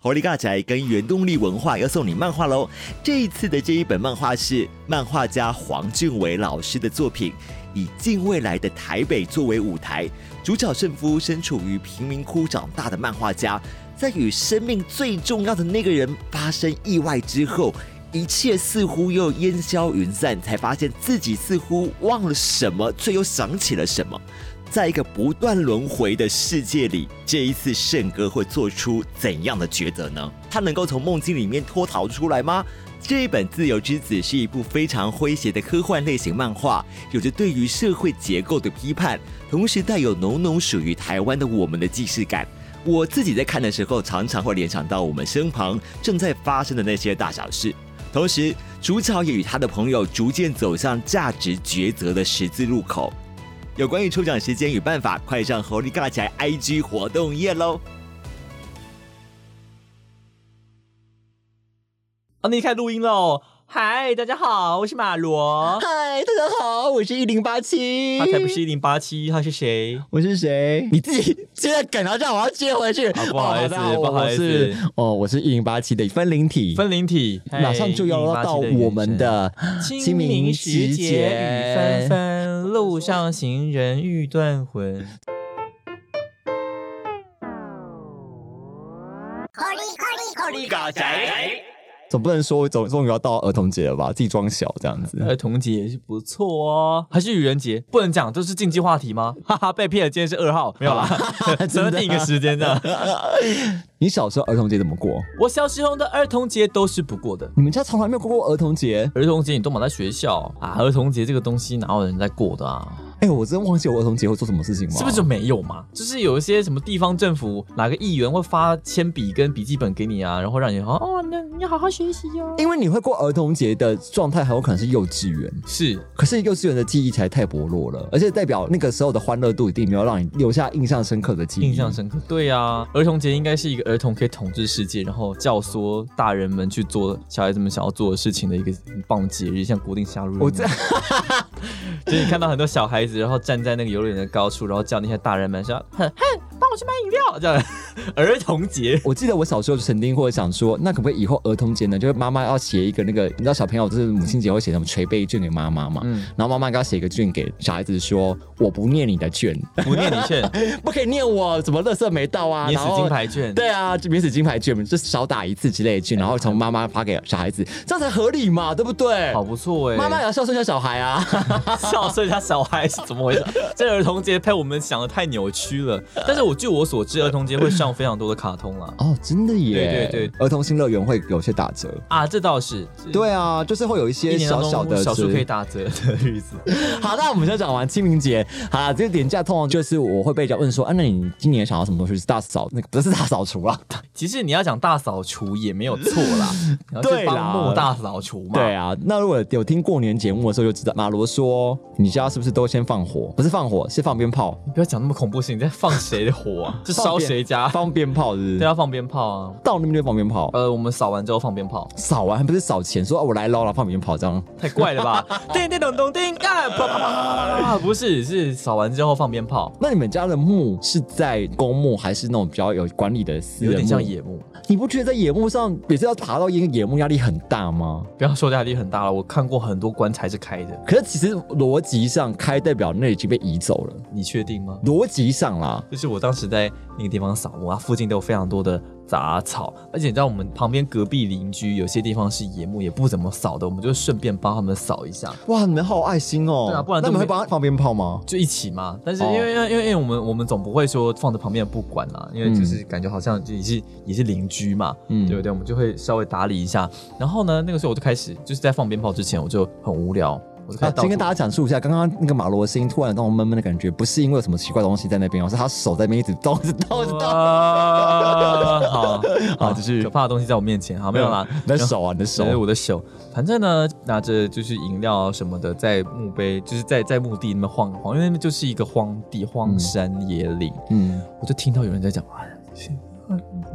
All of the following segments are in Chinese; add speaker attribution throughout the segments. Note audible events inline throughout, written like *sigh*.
Speaker 1: 活力尬宅跟原动力文化要送你漫画喽！这一次的这一本漫画是漫画家黄俊伟老师的作品，以近未来的台北作为舞台，主角胜夫身处于贫民窟长大的漫画家，在与生命最重要的那个人发生意外之后，一切似乎又烟消云散，才发现自己似乎忘了什么，却又想起了什么。在一个不断轮回的世界里，这一次圣哥会做出怎样的抉择呢？他能够从梦境里面脱逃出来吗？这一本《自由之子》是一部非常诙谐的科幻类型漫画，有着对于社会结构的批判，同时带有浓浓属于台湾的我们的既视感。我自己在看的时候，常常会联想到我们身旁正在发生的那些大小事。同时，主角也与他的朋友逐渐走向价值抉择的十字路口。有关于抽奖时间与办法，快上猴力尬起来 IG 活动页喽！
Speaker 2: 哦，你开录音喽！嗨，大家好，我是马罗。
Speaker 3: *laughs* 嗨，大家好，我是一零八七。
Speaker 2: 他才不是一零八七，他是谁？
Speaker 3: 我是谁？
Speaker 1: 你自己
Speaker 3: 现在梗要让我要接回去。
Speaker 2: 好啊不好意思
Speaker 3: 哦大家
Speaker 2: 不好意思
Speaker 3: 我是哦，我是一零八七的分灵体。
Speaker 2: 分灵体，
Speaker 3: 马上就要到我们的
Speaker 2: 清明时节雨纷，纷，路上行人欲断魂。
Speaker 1: 尬宅，
Speaker 3: 总不能说总终于要到儿童节了吧？自己装小这样子。
Speaker 2: 儿呃童节也是不错哦，还是愚人节？不能讲，这是禁忌话题 *laughs* 吗？哈哈，被骗了，今天是二号，没有啦， *laughs* 只能定一个时间的。
Speaker 3: *laughs* 你小时候儿童节怎么过？
Speaker 2: 我小时候的儿童节都是不过的。
Speaker 3: 你们家从来没有过过儿童节？
Speaker 2: 儿童节你都忙在学校啊，儿童节这个东西哪有人在过的啊？
Speaker 3: 哎、我真忘记我儿童节会做什么事情吗？
Speaker 2: 是不是就没有嘛？就是有一些什么地方政府哪个议员会发铅笔跟笔记本给你啊，然后让你哦，那你好好学习哦。
Speaker 3: 因为你会过儿童节的状态，很有可能是幼稚园。
Speaker 2: 是
Speaker 3: 可是幼稚园的记忆才太薄弱了，而且代表那个时候的欢乐度一定没有让你留下印象深刻的记忆。
Speaker 2: 印象深刻，对啊，儿童节应该是一个儿童可以统治世界，然后教唆大人们去做小孩子们想要做的事情的一个很棒的节日，像国定夏日。
Speaker 3: 我这，
Speaker 2: 就是你看到很多小孩子，然后站在那个游乐园的高处，然后叫那些大人们说：“哼哼，帮我去买饮料。”这样， *laughs* 儿童节
Speaker 3: 我记得我小时候曾经或者想说，那可不可以以后儿童节呢？就是妈妈要写一个那个，你知道小朋友就是母亲节会写什么捶背卷给妈妈嘛，
Speaker 2: 嗯 *laughs*
Speaker 3: 然后妈妈给他写一个卷给小孩子说，我不念你的卷，
Speaker 2: 不念你
Speaker 3: *laughs*
Speaker 2: 劝，
Speaker 3: 不可以念我，怎么垃圾没到啊？
Speaker 2: *laughs* 免
Speaker 3: 然
Speaker 2: 死
Speaker 3: 后
Speaker 2: 金牌券。
Speaker 3: 对啊，就免死金牌卷，就少打一次之类的卷，然后从妈妈发给小孩子，这样才合理嘛，对不对？
Speaker 2: 好不错哎、
Speaker 3: 妈妈也要孝顺一下小孩啊。
Speaker 2: 笑所以他小孩是怎么回
Speaker 3: *laughs*
Speaker 2: 事？这儿童节被我们想的太扭曲了。但是我据我所知，儿童节会上非常多的卡通啦。
Speaker 3: 哦，真的耶！
Speaker 2: 对对
Speaker 3: 儿童新乐园会有些打折。
Speaker 2: 啊，这倒是，
Speaker 3: 对啊，就是会有一
Speaker 2: 一
Speaker 3: 些
Speaker 2: 年
Speaker 3: 小
Speaker 2: 当
Speaker 3: 小
Speaker 2: 中
Speaker 3: 的
Speaker 2: 少数可以
Speaker 3: 折
Speaker 2: 打折的日子。
Speaker 3: 好，那我们先讲完清明节。好啦，这个廉价通常就是我会被人家问说，啊，那你今年想要什么东西？是大扫那个不是大扫
Speaker 2: *laughs*
Speaker 3: 除啊？
Speaker 2: 其实你要讲大扫除也没有错
Speaker 3: *laughs*
Speaker 2: 啦，你要去
Speaker 3: 对啦
Speaker 2: 帮莫大扫除嘛。
Speaker 3: 对啊，那如果有听过年节目的时候就知道，马罗说你家是不是都先放火？不是放火，是放鞭炮，
Speaker 2: 你不要讲那么恐怖事情，你在放谁的火
Speaker 3: *laughs*
Speaker 2: 啊？是
Speaker 3: 放
Speaker 2: 烧
Speaker 3: 鞭
Speaker 2: 谁家？
Speaker 3: 放鞭炮是不是？
Speaker 2: 对啊，放鞭炮啊。
Speaker 3: 到那边就放鞭炮，
Speaker 2: 呃，我们扫完之后放鞭炮，
Speaker 3: 扫完还不是扫钱，说啊我来捞了，放鞭炮这样。
Speaker 2: 太怪了
Speaker 3: *laughs*
Speaker 2: 吧？叮叮咚咚叮啊！啪啪啪啪啪！不是，是扫完之后放鞭炮，
Speaker 3: 那你们家的墓是在公墓还是那种比较有管理的私
Speaker 2: 有
Speaker 3: 人
Speaker 2: 点像
Speaker 3: 墓
Speaker 2: 野幕。
Speaker 3: 你不觉得在野幕上每次要爬到一个野幕压力很大吗？
Speaker 2: 不要说压力很大了，我看过很多棺材是开的，
Speaker 3: 可是其实逻辑上开代表那已经被移走了，
Speaker 2: 你确定吗？
Speaker 3: 逻辑上啦。
Speaker 2: 就是我当时在那个地方扫墓啊，附近都有非常多的杂草，而且你知道我们旁边隔壁邻居有些地方是野墓，也不怎么扫的，我们就顺便帮他们扫一下，
Speaker 3: 哇，你们好有爱心哦！
Speaker 2: 对啊不然
Speaker 3: 那
Speaker 2: 都
Speaker 3: 你
Speaker 2: 没
Speaker 3: 们会帮他放鞭炮吗？
Speaker 2: 就一起嘛。但是
Speaker 3: 哦
Speaker 2: 因为、因为因为因为我们我们总不会说放在旁边不管啦，因为就是感觉好像也是也是邻居嘛，
Speaker 3: 嗯
Speaker 2: 对不对？我们就会稍微打理一下。然后呢，那个时候我就开始就是在放鞭炮之前，我就很无聊，我就开
Speaker 3: 啊
Speaker 2: 始，到处
Speaker 3: 先跟大家讲述一下，刚刚那个马罗的声音突然让我闷闷的感觉，不是因为有什么奇怪的东西在那边哦，是他手在那边一直动，一直动，一直动。
Speaker 2: 啊，好
Speaker 3: 好继续
Speaker 2: 可怕的东西在我面前，好没有啦，
Speaker 3: 你的手啊，你的手
Speaker 2: 手，我的手，反正呢，拿着就是饮料啊什么的，在墓碑，就是在在墓地那边晃一晃，因为那边就是一个荒地、荒山野岭，
Speaker 3: 嗯，
Speaker 2: 我就听到有人在讲话，是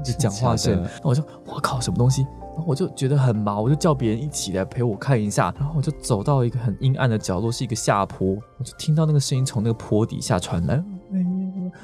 Speaker 2: 就讲话声，
Speaker 3: 真的
Speaker 2: 然后我就我靠，什么东西？然后我就觉得很毛，我就叫别人一起来陪我看一下。然后我就走到一个哎很阴暗的角落，是一个下坡，我就听到那个声音从那个坡底下传来。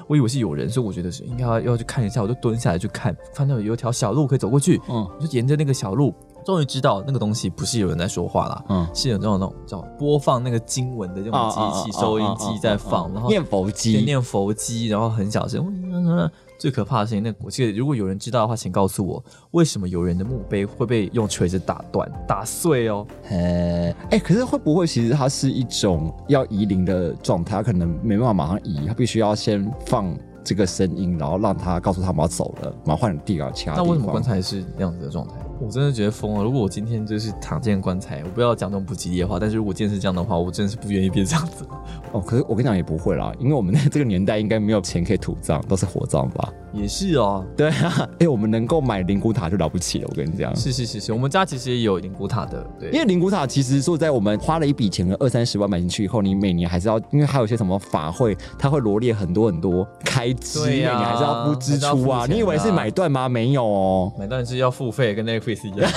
Speaker 2: 我以为是有人，所以我觉得是应该要要去看一下，我就蹲下来去看，看到有一条小路可以走过去，
Speaker 3: 嗯
Speaker 2: 我就沿着那个小路，终于知道那个东西不是有人在说话啦，
Speaker 3: 嗯，
Speaker 2: 是有那种那种叫播放那个经文的这种
Speaker 3: 啊
Speaker 2: 机器，收音机在放，然后
Speaker 3: 嗯念佛
Speaker 2: 对
Speaker 3: 机，
Speaker 2: 念佛机，然后很小声。嗯最可怕的事情，那我记得，如果有人知道的话，请告诉我，为什么有人的墓碑会被用锤子打断、打碎哦？
Speaker 3: 呃，哎，可是会不会其实它是一种要移灵的状态？它可能没办法马上移，它必须要先放这个声音，然后让它告诉他们要走了，然后换地啊，其他地
Speaker 2: 那
Speaker 3: 方。
Speaker 2: 为什么棺材是那样子的状态？我真的觉得疯了。如果我今天就是躺进棺材，我不要讲这种不吉利的话，但是如果今天是这样的话，我真的是不愿意变这样子。 *laughs*
Speaker 3: 哦，可是我跟你讲也不会啦，因为我们在 *laughs* 这个年代应该没有钱可以土葬，都是火葬吧？
Speaker 2: 也是哦，
Speaker 3: 对啊，哎、我们能够买灵骨塔就了不起了，我跟你讲。
Speaker 2: 是是是是，我们家其实也有灵骨塔的，对，
Speaker 3: 因为灵骨塔其实说在我们花了一笔钱，可能二三十万买进去以后，你每年还是要，因为还有一些什么法会，它会罗列很多很多开支，
Speaker 2: 对呀
Speaker 3: 每年还是要付支
Speaker 2: 还是
Speaker 3: 出
Speaker 2: 要
Speaker 3: 啊。
Speaker 2: 付钱
Speaker 3: 你以为
Speaker 2: 的啊
Speaker 3: 是买断吗？没有哦， *laughs*
Speaker 2: 买断是要付费，跟 Netflix 一样。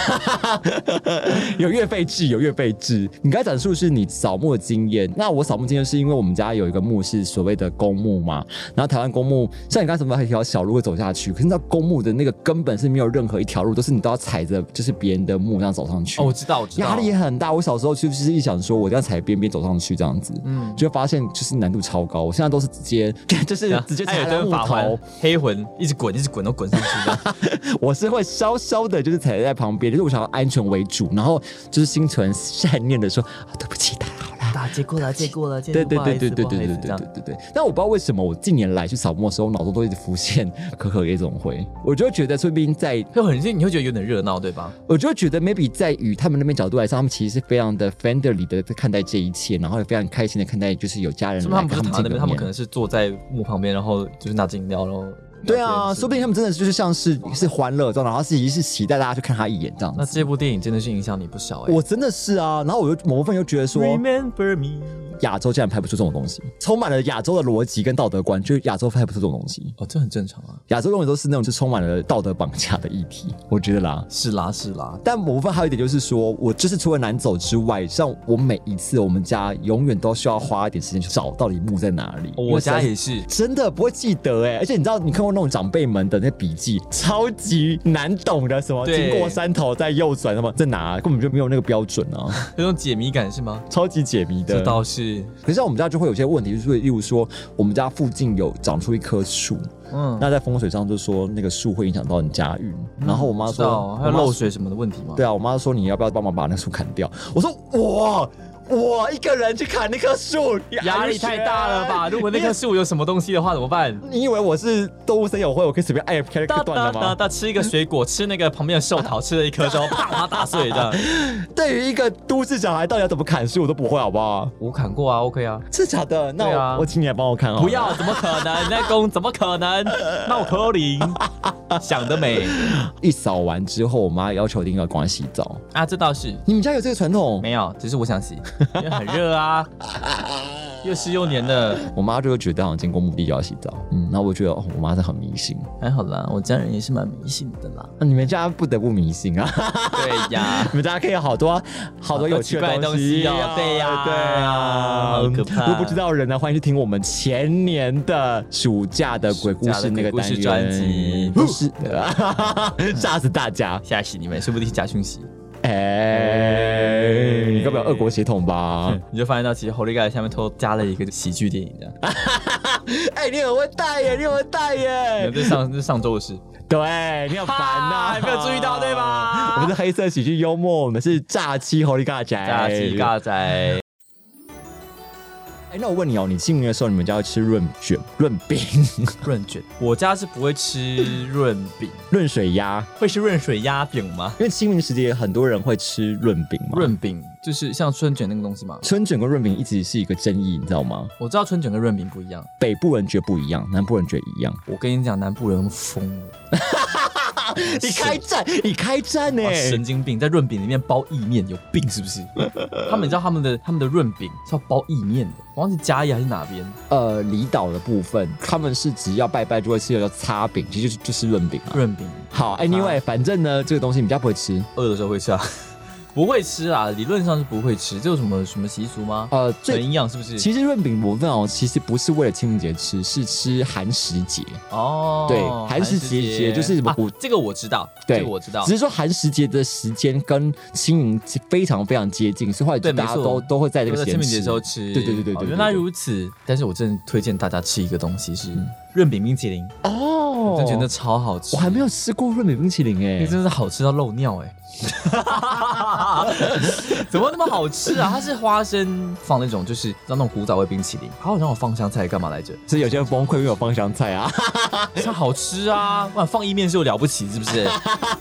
Speaker 3: 有月费制，有月费制。你刚才讲述是你扫墓的经验，那我扫墓经验是因为我们家有一个墓是所谓的公墓嘛，然后台湾公墓，像你刚才说还有一条小路会走下去，可是那公墓的那个根本是没有任何一条路，都是你都要踩着就是别人的墓这样走上去。
Speaker 2: 哦，我知道，我知 *laughs* 道，
Speaker 3: 压力也很大。我小时候就是一想说，我一定要踩边边走上去这样子，
Speaker 2: 嗯，
Speaker 3: 就发现就是难度超高。我现在都是直
Speaker 2: *laughs*
Speaker 3: 接就是直接
Speaker 2: 啊还
Speaker 3: 踩
Speaker 2: 有
Speaker 3: 在
Speaker 2: 跟
Speaker 3: 木
Speaker 2: 法环
Speaker 3: 头，
Speaker 2: 黑魂一直滚，一直滚，都滚上去
Speaker 3: *laughs*
Speaker 2: 的。
Speaker 3: 我是会稍稍的，就是踩在旁边，就是我想要安全为主，然后就是心存善念的说、啊、对不起，太
Speaker 2: *laughs*
Speaker 3: 好啦。
Speaker 2: 打结过了，结过了，结
Speaker 3: 对对对对对对对对对对对。但我不知道为什么我近年来去扫墓的时候，脑中都一直浮现可可夜总会，我就觉得说不定在
Speaker 2: 就很近，你会觉得有点热闹，对吧？
Speaker 3: 我就觉得 maybe 在与他们那边角度来说，他们其实是非常的 friendly 的看待这一切，然后也非常开心的看待，就是有家人
Speaker 2: 说明
Speaker 3: 来
Speaker 2: 他
Speaker 3: 哎看
Speaker 2: 们不是躺在那
Speaker 3: 这个
Speaker 2: 边，他们
Speaker 3: 面
Speaker 2: 可能是坐在墓旁边，然后就是拿着饮料，然后
Speaker 3: 对啊，
Speaker 2: 聊天
Speaker 3: 说不定他们真的就是像是是欢乐中，然后是一是期待大家去看他一眼这样
Speaker 2: 那
Speaker 3: 子。
Speaker 2: 这部电影真的是影响你不少哎、
Speaker 3: 我真的是啊，然后我就某部分又觉得说，
Speaker 2: Remember me。
Speaker 3: 亚洲竟然拍不出这种东西，充满了亚洲的逻辑跟道德观，就是亚洲拍不出这种东西。
Speaker 2: 哦，这很正常啊。
Speaker 3: 亚洲永远都是那种就充满了道德绑架的议题，我觉得啦。
Speaker 2: 是啦是啦，
Speaker 3: 但某部分还有一点就是说，我就是除了难走之外，像我每一次我们家永远都需要花一点时间去找到底墓在哪里。因
Speaker 2: 我
Speaker 3: 为实在
Speaker 2: 家
Speaker 3: 是
Speaker 2: 也是。
Speaker 3: 真的不会记得哎、而且你知道，你看过那种长辈们的那笔记，超级难懂的，什么
Speaker 2: 对
Speaker 3: 经过山头再右转，什么在哪，根本就没有那个标准
Speaker 2: *laughs*
Speaker 3: 啊，
Speaker 2: 有种解谜感是吗？
Speaker 3: 超级解谜
Speaker 2: 这
Speaker 3: 的。
Speaker 2: 倒是，
Speaker 3: 可是像我们家就会有些问题，就是例如说，我们家附近有长出一棵树，
Speaker 2: 嗯，
Speaker 3: 那在风水上就说那个树会影响到你家运，然后我妈
Speaker 2: 知道啊
Speaker 3: 说，
Speaker 2: 还有
Speaker 3: 我妈
Speaker 2: 漏水什么的问题吗？
Speaker 3: 对啊，我妈说你要不要帮忙把那树砍掉？我说我我一个人去砍那棵树，你
Speaker 2: 压力太大了吧？
Speaker 3: *laughs*
Speaker 2: 如果那棵树有什么东西的话，怎么办？
Speaker 3: 你？你以为我是动物森友会，我可以随便爱开
Speaker 2: 哒
Speaker 3: 个断
Speaker 2: 哒
Speaker 3: 了
Speaker 2: 哒
Speaker 3: 吗？
Speaker 2: 哒， *laughs* 吃一个水果，吃那个旁边的寿桃，吃了一颗之后，啪啪打碎的。 *laughs*
Speaker 3: 对于一个都市小孩，到底要怎么砍树，我都不会，好不好？
Speaker 2: 我砍过啊，OK 啊，
Speaker 3: 是假的？那我、
Speaker 2: 对啊
Speaker 3: 我请你来帮我看好了
Speaker 2: 不要，怎么可能？那公怎么可 *laughs* 能？闹柯林，想得美
Speaker 3: 一扫完之后，我妈要求一定要光洗澡。
Speaker 2: 啊！这倒是
Speaker 3: 你们家有这个传统？
Speaker 2: 没有，只是我想洗，因为很热啊，又湿又黏的，
Speaker 3: 我妈就会觉得好像经过墓地就要洗澡。嗯，那我觉得、哦我妈是很迷信。
Speaker 2: 还好啦，我家人也是蛮迷信的啦。
Speaker 3: 那你们家不得不迷信啊！
Speaker 2: 对呀。
Speaker 3: 你们家可以好多好多有趣的东西
Speaker 2: 好多奇怪的东西哦对呀
Speaker 3: 对呀，
Speaker 2: 好可怕
Speaker 3: 如果不知道的人呢，欢迎去听我们前年的暑假的鬼故事那个单
Speaker 2: 暑假的鬼故事专
Speaker 3: 元
Speaker 2: 辑，
Speaker 3: 不是的， *laughs* 吓死大家！
Speaker 2: 吓死你们，说不定是假讯息，
Speaker 3: 哎，你该不要俄国血统
Speaker 2: *laughs*
Speaker 3: 吧？
Speaker 2: 哦你就发现到其实《Holy Guy》下面偷偷加了一个喜剧电影这样。
Speaker 3: 哎，你很会带耶，你很会带
Speaker 2: 没有 *laughs*
Speaker 3: 耶，
Speaker 2: 这是上这是上周的事，
Speaker 3: 对你很烦呐
Speaker 2: 哈，没有注意到对吧
Speaker 3: 我们是黑色喜剧幽默，我们是炸鸡狐狸尬仔，
Speaker 2: 假期尬仔。
Speaker 3: 哎，那我问你哦，你清明的时候你们家会吃润卷、润饼、
Speaker 2: 润卷，我家是不会吃润饼，
Speaker 3: 润水鸭？
Speaker 2: *laughs* 会吃润水鸭饼吗？
Speaker 3: 因为清明时节很多人会吃润饼嘛，
Speaker 2: 润饼就是像春卷那个东西嘛。
Speaker 3: 春卷跟润饼一直是一个争议，你知道吗？
Speaker 2: 我知道春卷跟润饼不一样，
Speaker 3: 北部人觉得不一样，南部人觉得一样。
Speaker 2: 我跟你讲，南部人疯了，
Speaker 3: 你开战，你开战呢、
Speaker 2: 哇神经病，在润饼里面包意面，有病是不 *laughs* 是？他们你知道他们的他们的润饼是要包意面的，我忘记嘉义还是哪边，
Speaker 3: 呃，离岛的部分，他们是只要拜拜就会吃的叫擦饼，其实就是就是润饼啊。
Speaker 2: 润饼
Speaker 3: 好，anyway，、反正呢，这个东西你们家不会吃，
Speaker 2: 饿的时候会吃啊。 *laughs* 不会吃啊，理论上是不会吃，这有什么什么习俗吗？
Speaker 3: 呃，
Speaker 2: 纯
Speaker 3: 最
Speaker 2: 营养是不是？
Speaker 3: 其实润饼我问哦，其实不是为了清明节吃，是吃寒食节。
Speaker 2: 哦，
Speaker 3: 对韩式节节就是什么
Speaker 2: 啊
Speaker 3: 古
Speaker 2: 这个我知道，
Speaker 3: 对
Speaker 2: 这个我知道
Speaker 3: 只，是说寒食节的时间跟清明节非常非常接近，所以后来
Speaker 2: 对
Speaker 3: 就大
Speaker 2: 没
Speaker 3: 家
Speaker 2: 错
Speaker 3: 都都会在这
Speaker 2: 就在
Speaker 3: 个时
Speaker 2: 清
Speaker 3: 间
Speaker 2: 明节
Speaker 3: 吃
Speaker 2: 的时候吃。
Speaker 3: 对对对对对
Speaker 2: 哦
Speaker 3: 对对
Speaker 2: 原来如此。但是我真的推荐大家吃一个东西是润饼冰淇淋，
Speaker 3: 哦
Speaker 2: 我真的觉得超好吃。欸
Speaker 3: 我还没有吃过润饼冰淇淋哎、
Speaker 2: 那真是好吃到漏尿哎、 *laughs* 怎么那么好吃啊？它是花生放那种，就是那种古早味冰淇淋，它好像有放香菜干嘛来着？
Speaker 3: 所以有些人崩溃，因为有放香菜 *laughs* 啊。
Speaker 2: 它好吃啊！哇，放意面是有了不起是不 *laughs* 是？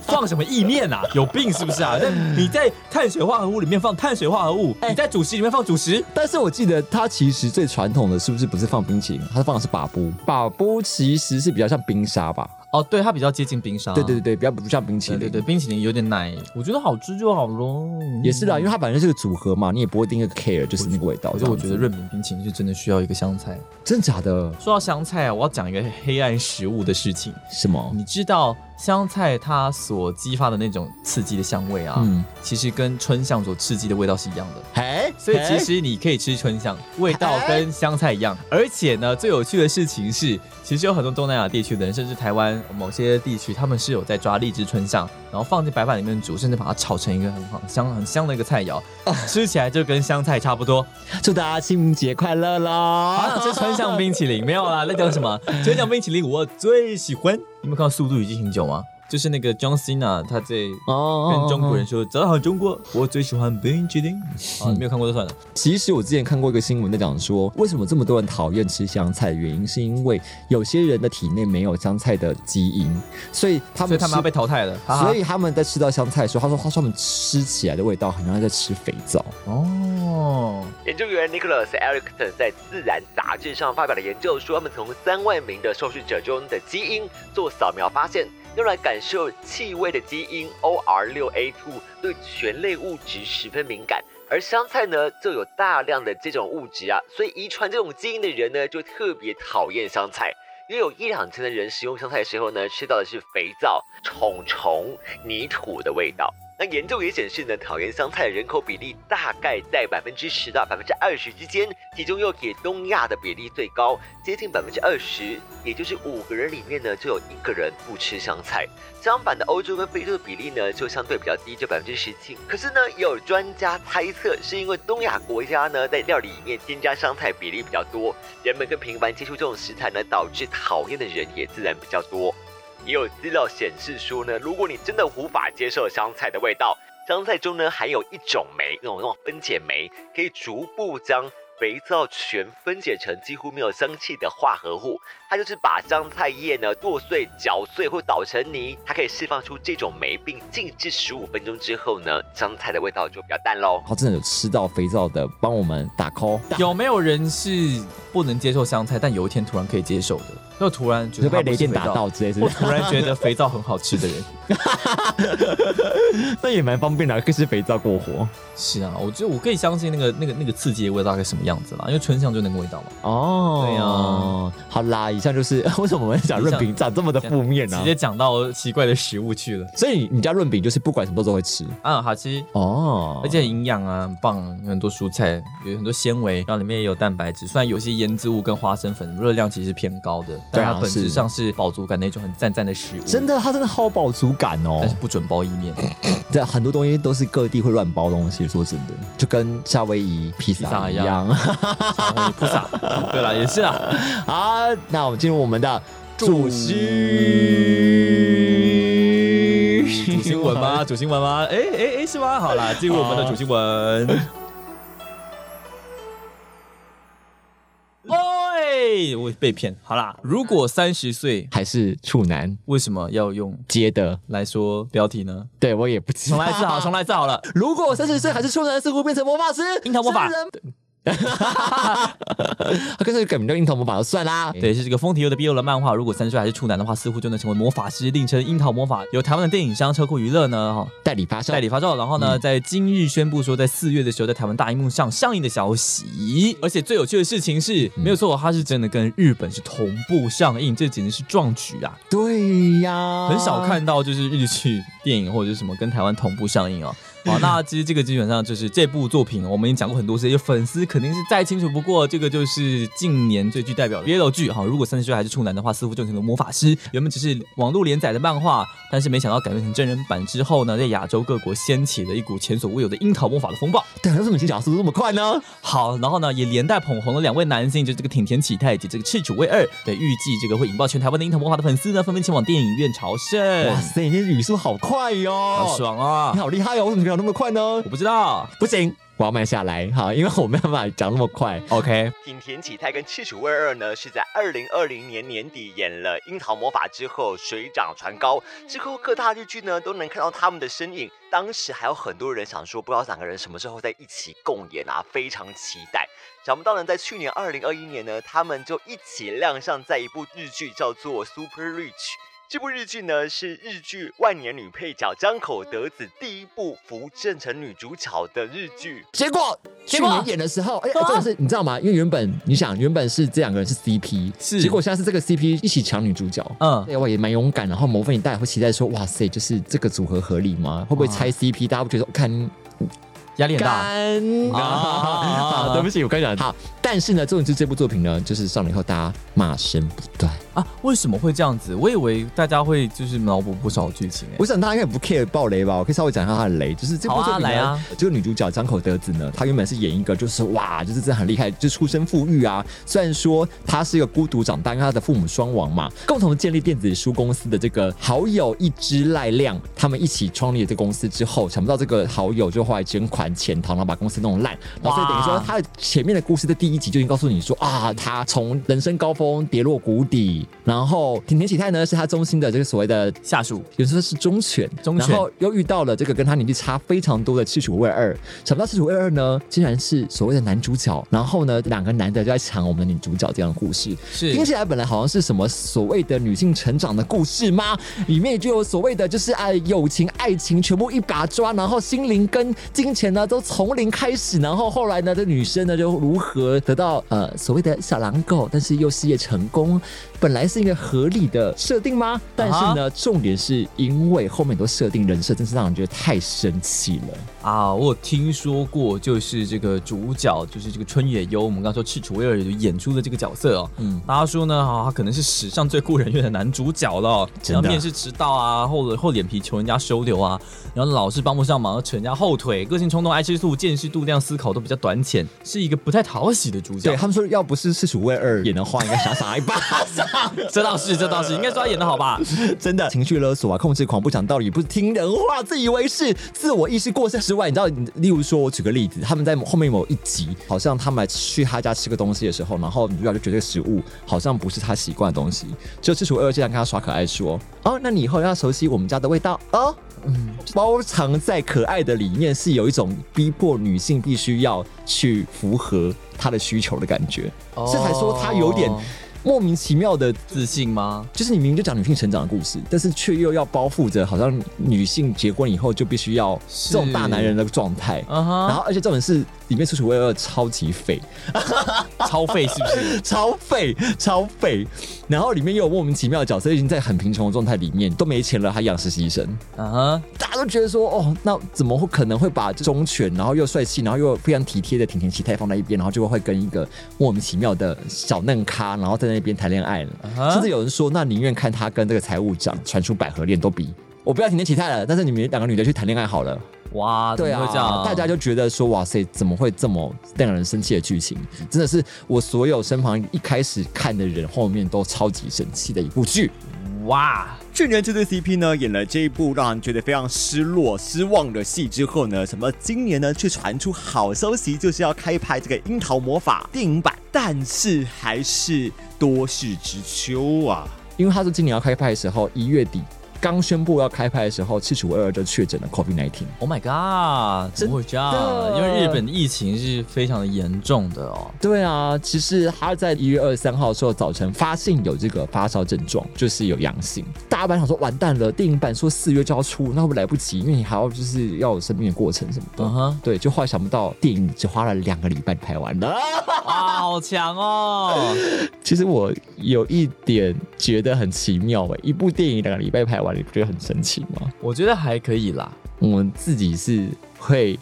Speaker 2: 放什么意面啊？有病是不是啊？那你在碳水化合物里面放碳水化合物，你在主食里面放主食，
Speaker 3: 但是我记得它其实最传统的是不是不是放冰淇淋，它放的是把布。把布其实是比较像冰沙吧？
Speaker 2: 哦，对，它比较接近冰沙。
Speaker 3: 对对对对，比较不像冰淇
Speaker 2: 对对
Speaker 3: 淋。
Speaker 2: 对，冰淇淋有点奶，我觉得好吃就好喽。
Speaker 3: 也是啦，因为它本身是个组合嘛，你也不会定一个 care 就是那个味道。
Speaker 2: 可
Speaker 3: 这
Speaker 2: 是
Speaker 3: 样
Speaker 2: 我
Speaker 3: 子
Speaker 2: 觉得润饼冰淇淋是真的需要一个香菜。
Speaker 3: 真假的
Speaker 2: 说到香菜啊，我要讲一个黑暗食物的事情。
Speaker 3: 什么？
Speaker 2: 你知道香菜它所激发的那种刺激的香味啊，
Speaker 3: 嗯
Speaker 2: 其实跟春香所刺激的味道是一样的。
Speaker 3: 哎，
Speaker 2: 所以
Speaker 3: 哎
Speaker 2: 其实你可以吃春香，味道跟香菜一样。而且呢，最有趣的事情是，其实有很多东南亚地区的人，甚至台湾某些地区，他们是有在抓荔枝春香，然后放进白饭里面煮，甚至把它炒成一个很好香很香的一个菜肴，吃起来就跟香菜差不多。啊
Speaker 3: 祝大家清明节快乐
Speaker 2: 好
Speaker 3: 啦！
Speaker 2: 想吃川巷冰淇淋，没有啦，在讲什么？川巷冰淇淋我最喜欢。你们看到《速度与激情九》吗？就是那个 John Cena 他在
Speaker 3: 哦
Speaker 2: 跟中国人说：“早好中国，我最喜欢冰淇淋。”啊，没有看过就算了。
Speaker 3: 其实我之前看过一个新闻在讲说，为什么这么多人讨厌吃香菜，原因是因为有些人的体内没有香菜的基因，所以他
Speaker 2: 所以
Speaker 3: 们
Speaker 2: 他
Speaker 3: 啊
Speaker 2: 们要
Speaker 3: 吃
Speaker 2: 被淘汰了。哈哈
Speaker 3: 所以他们在吃到香菜的时候，他说他说他们吃起来的味道很像在吃肥皂。
Speaker 2: 哦，
Speaker 1: 研究员 Nicholas Erickson 在《自然》杂志上发表的研究说，他们从三万名的受试者中的基因做扫描，发现用来感受气味的基因 OR6A2 对醛类物质十分敏感，而香菜呢就有大量的这种物质啊，所以遗传这种基因的人呢就特别讨厌香菜。约有一两成的人食用香菜的时候呢，吃到的是肥皂、虫虫、泥土的味道。那研究也显示呢，讨厌香菜的人口比例大概在百分之十到百分之二十之间，其中又以东亚的比例最高，接近百分之二十，也就是五个人里面呢就有一个人不吃香菜。相反的，欧洲跟非洲的比例呢就相对比较低，就百分之十七。可是呢，也有专家猜测，是因为东亚国家呢在料理里面添加香菜比例比较多，人们更频繁接触这种食材呢，导致讨厌的人也自然比较多。也有资料显示说呢，如果你真的无法接受香菜的味道，香菜中呢含有一种酶，那种那种分解酶，可以逐步将肥皂醛分解成几乎没有香气的化合物。它就是把香菜叶呢剁碎、搅碎或捣成泥，它可以释放出这种酶，并静置十五分钟之后呢，香菜的味道就比较淡喽
Speaker 3: 然。后真的有吃到肥皂的，帮我们打 call，
Speaker 2: 有没有人是不能接受香菜，但有一天突然可以接受的？就突然觉
Speaker 3: 就
Speaker 2: 得
Speaker 3: 被
Speaker 2: 它不
Speaker 3: 雷
Speaker 2: 是
Speaker 3: 电
Speaker 2: 肥
Speaker 3: 打
Speaker 2: 皂
Speaker 3: 到，之类是不
Speaker 2: 或 *laughs*
Speaker 3: 是？
Speaker 2: 突然觉得肥皂很好吃的人？
Speaker 3: *laughs*
Speaker 2: *laughs*
Speaker 3: 那也蛮方便的，可以吃肥皂过活。
Speaker 2: 是啊，我觉得我可以相信那个那个那个刺激的味道大概什么样子啦，因为春香就那个味道嘛。
Speaker 3: 哦，对呀、好啦，以上就是 *laughs* 为什么我们讲润饼长这么的负面呢、
Speaker 2: 直接讲到奇怪的食物去了。
Speaker 3: 所以你家润饼就是不管什么都会吃
Speaker 2: 啊，好吃，
Speaker 3: 哦，
Speaker 2: 而且营养啊很棒，有很多蔬菜，有很多纤维，然后里面也有蛋白质。虽然有些腌制物跟花生粉热量其实偏高的，
Speaker 3: 对
Speaker 2: 但
Speaker 3: 啊
Speaker 2: 它本质
Speaker 3: 是
Speaker 2: 上是饱足感那种很赞赞的食物。
Speaker 3: 真
Speaker 2: 的。
Speaker 3: 的，它真的好饱足感哦
Speaker 2: 但。是不准包意面，
Speaker 3: 这很多东西都是各地会乱包东西，说真的，就跟夏威夷披
Speaker 2: 披萨
Speaker 3: 萨
Speaker 2: 一
Speaker 3: 一
Speaker 2: 样
Speaker 3: 样。 *laughs*
Speaker 2: 然后也不 *laughs* 撒。哦对了，也是啊。
Speaker 3: 好，那我们进入我们的主
Speaker 2: *laughs*
Speaker 3: 席
Speaker 2: 主新闻 *laughs* 吗？主新闻吗？哎哎哎，是吗？好啦，进入我们的主新闻。哎，我被骗。好啦，如 *laughs* 果三十岁，
Speaker 3: 还是处男
Speaker 2: 为什么要用
Speaker 3: 接的？
Speaker 2: 来说标题呢？
Speaker 3: 对我也不知道。
Speaker 2: 重来一次好， *laughs*
Speaker 3: *laughs*
Speaker 2: 重来一次好了。
Speaker 3: 如果我三十岁还是处男，似乎变成魔法师，
Speaker 2: 樱桃魔
Speaker 3: *laughs*
Speaker 2: 法
Speaker 3: 是人。他干脆改名叫樱桃魔法就算啦。
Speaker 2: 对，是这个风体优的 BL 的漫画。如果三十岁还是处男的话，似乎就能成为魔法师，另称樱桃魔法。由台湾的电影商车库娱乐呢，哈、
Speaker 3: 代理发售
Speaker 2: 代，理发售，然后呢，在今日宣布说，在四月的时候，在台湾大荧幕上上映的消息。而且最有趣的事情是，没有错，它是真的跟日本是同步上映，这简直是壮举啊！
Speaker 3: 对呀，
Speaker 2: 很少看到就是日剧电影或者是什么跟台湾同步上映哦。
Speaker 3: 嗯
Speaker 2: 好，那其实这个基本上就是这部作品，我们已经讲过很多次，就粉丝肯定是再清楚不过。这个就是近年最具代表的 BL 剧哈。如果三十岁还是处男的话，似乎就成了魔法师。原本只是网络连载的漫画，但是没想到改编成真人版之后呢，在亚洲各国掀起了一股前所未有的樱桃魔法的风暴。
Speaker 3: 对，为什么你讲速度这么快呢？
Speaker 2: 好，然后呢，也连带捧红了两位男性，就这个挺田启太以及这个赤楚卫二。对，预计这个会引爆全台湾的樱桃魔法的粉丝呢，纷纷前往电影院朝圣
Speaker 3: 哇。塞，你的语速好快哟、
Speaker 2: 好爽啊
Speaker 3: 你！嗯好厉害哦！为什么可以有那么快呢
Speaker 2: 我？不知道。
Speaker 3: 不行，我要慢下来，好，因为我没办法讲那么快。
Speaker 2: OK，
Speaker 1: 挺田启太跟赤楚卫二呢，是在二零二零年年底演了《樱桃魔法》之后水涨船高，之后各大日剧呢都能看到他们的身影。当时还有很多人想说，不知道两个人什么时候在一起共演啊，非常期待。想不到呢，在去年二零二一年呢，他们就一起亮相在一部日剧叫做《Super Rich》。这部日剧呢是日剧《万年女配角》江口德子第一部扶正成女主角的日剧，
Speaker 3: 结果
Speaker 2: 结
Speaker 3: 去
Speaker 2: 果
Speaker 3: 年演的时候，哎、真的是你知道吗？因为原本你想，原本是这两个人是 CP，
Speaker 2: 是
Speaker 3: 结果现在是这个 CP 一起抢女主角。
Speaker 2: 嗯，
Speaker 3: 对，我也蛮勇敢，然后某份你大家会期待说，哇塞，就是这个组合合理吗？会不会拆 CP？大家会觉得看
Speaker 2: 压力很大。
Speaker 3: 干
Speaker 2: 啊
Speaker 3: 啊？对不起，我跟你讲， *laughs* 好，但是呢，重点是这部作品呢，就是上了以后大家骂声不断。
Speaker 2: 啊，为什么会这样子？我以为大家会就是脑补不少剧情、欸
Speaker 3: 我，想大家应该不 care 爆雷吧？我可以稍微讲一下他的雷，就是这部
Speaker 2: 好啊
Speaker 3: 作品呢
Speaker 2: 来啊
Speaker 3: 这个女主角江口德子呢，她原本是演一个就是哇，就是真的很厉害，就出身富裕啊。虽然说她是一个孤独长大，因为她的父母双亡嘛，共同建立电子书公司的这个好友一之赖亮，他们一起创立了这个公司之后，想不到这个好友就后来捐款潜逃，然后把公司弄烂，然后所以等于
Speaker 2: 哇
Speaker 3: 说他的前面的故事的第一集就已经告诉你说啊，他从人生高峰跌落谷底，然后挺田启太呢是他中心的这个所谓的
Speaker 2: 下属
Speaker 3: 有时候是忠犬，
Speaker 2: 忠犬
Speaker 3: 然后又遇到了这个跟他年纪差非常多的赤楚卫二，想不到赤楚卫二呢，竟然是所谓的男主角，然后呢，两个男的就在抢我们的女主角这样的故事，
Speaker 2: 是
Speaker 3: 听起来本来好像是什么所谓的女性成长的故事吗？里面就有所谓的就是哎友情、爱情全部一把抓，然后心灵跟金钱呢都从零开始，然后后来呢这女生呢就如何得到呃所谓的小狼狗，但是又事业成功，本来是一个合理的设定吗？但是呢，重点是因为后面很多设定人设真是让人觉得太生气了。
Speaker 2: 啊，我有听说过，就是这个主角就是这个春野优，我们刚说赤楚卫二演出的这个角色哦。
Speaker 3: 嗯，
Speaker 2: 大家说呢，啊，他可能是史上最顾人怨的男主角了哦，
Speaker 3: 真
Speaker 2: 然
Speaker 3: 的
Speaker 2: 后面试迟到啊，厚厚脸皮求人家收留啊，然后老是帮不上忙，扯人家后腿，个性冲动、爱吃醋、见识度量思考都比较短浅，是一个不太讨喜的主角
Speaker 3: 对。他们说，要不是赤楚卫二演的话，应该傻傻一巴掌。
Speaker 2: *laughs* 这倒是，这倒是，应该说他演的好吧？
Speaker 3: *laughs* 真的情绪勒索啊，控制狂，不讲道理，不听人话，自以为是，自我意识过剩之外，你知道，你例如说，我举个例子，他们在后面某一集，好像他们去他家吃个东西的时候，然后女主角就觉得这个食物好像不是他习惯的东西，就赤楚二竟然跟他耍可爱说，哦，那你以后要熟悉我们家的味道哦。嗯，包藏在可爱的里面是有一种逼迫女性必须要去符合她的需求的感觉，
Speaker 2: 哦
Speaker 3: 这才说她有点莫名其妙的
Speaker 2: 自信吗？
Speaker 3: 就是你明明就讲女性成长的故事，但是却又要包覆着好像女性结婚以后就必须要
Speaker 2: 是
Speaker 3: 这种大男人的状态。
Speaker 2: 嗯
Speaker 3: 然
Speaker 2: 哼，
Speaker 3: 后，而且重点是里面楚楚威二超级废，
Speaker 2: *laughs* 超费是不是？
Speaker 3: 超废，超废。然后里面又有莫名其妙的角色，已经在很贫穷的状态里面，都没钱了，还养实习生。
Speaker 2: 嗯哼，
Speaker 3: 大家都觉得说，哦，那怎么会可能会把忠犬，然后又帅气，然后又非常体贴的挺田启太放在一边，然后就会跟一个莫名其妙的小嫩咖，然后在那边谈恋爱了。
Speaker 2: 哈
Speaker 3: 甚至有人说，那宁愿看他跟这个财务长传出百合恋都比。我不要挺田启太了，但是你们两个女的去谈恋爱好了。
Speaker 2: 哇，怎
Speaker 3: 对
Speaker 2: 么
Speaker 3: 啊
Speaker 2: 会这样？，
Speaker 3: 大家就觉得说，哇塞，怎么会这么让人生气的剧情？真的是我所有身旁一开始看的人，后面都超级生气的一部剧。
Speaker 2: 哇，
Speaker 4: 去年这对 CP 呢演了这一部让人觉得非常失落、失望的戏之后呢，什么今年呢却传出好消息，就是要开拍这个《樱桃魔法》电影版，但是还是多事之秋啊。
Speaker 3: 因为他说今年要开拍的时候，一月底刚宣布要开拍的时候，赤楚二二就确诊了 COVID 1 9
Speaker 2: Oh my god！怎么会这样？
Speaker 3: 真的
Speaker 2: 因为日本疫情是非常的严重的哦。
Speaker 3: 对啊，其实他在一月二十三号的时候早晨发现有这个发烧症状，就是有阳性。大家本来想说完蛋了，电影版说四月就要出，那会不会来不及？因为你还要就是要有生病的过程什么的。
Speaker 2: 嗯哼， *laughs*
Speaker 3: 对，就后来想不到电影只花了两个礼拜拍完了。
Speaker 2: 哇，好强哦！
Speaker 3: 其实我有一点觉得很奇妙哎、一部电影两个礼拜拍完，完，你不觉得很神奇吗？
Speaker 2: 我觉得还可以啦，
Speaker 3: 我们自己是会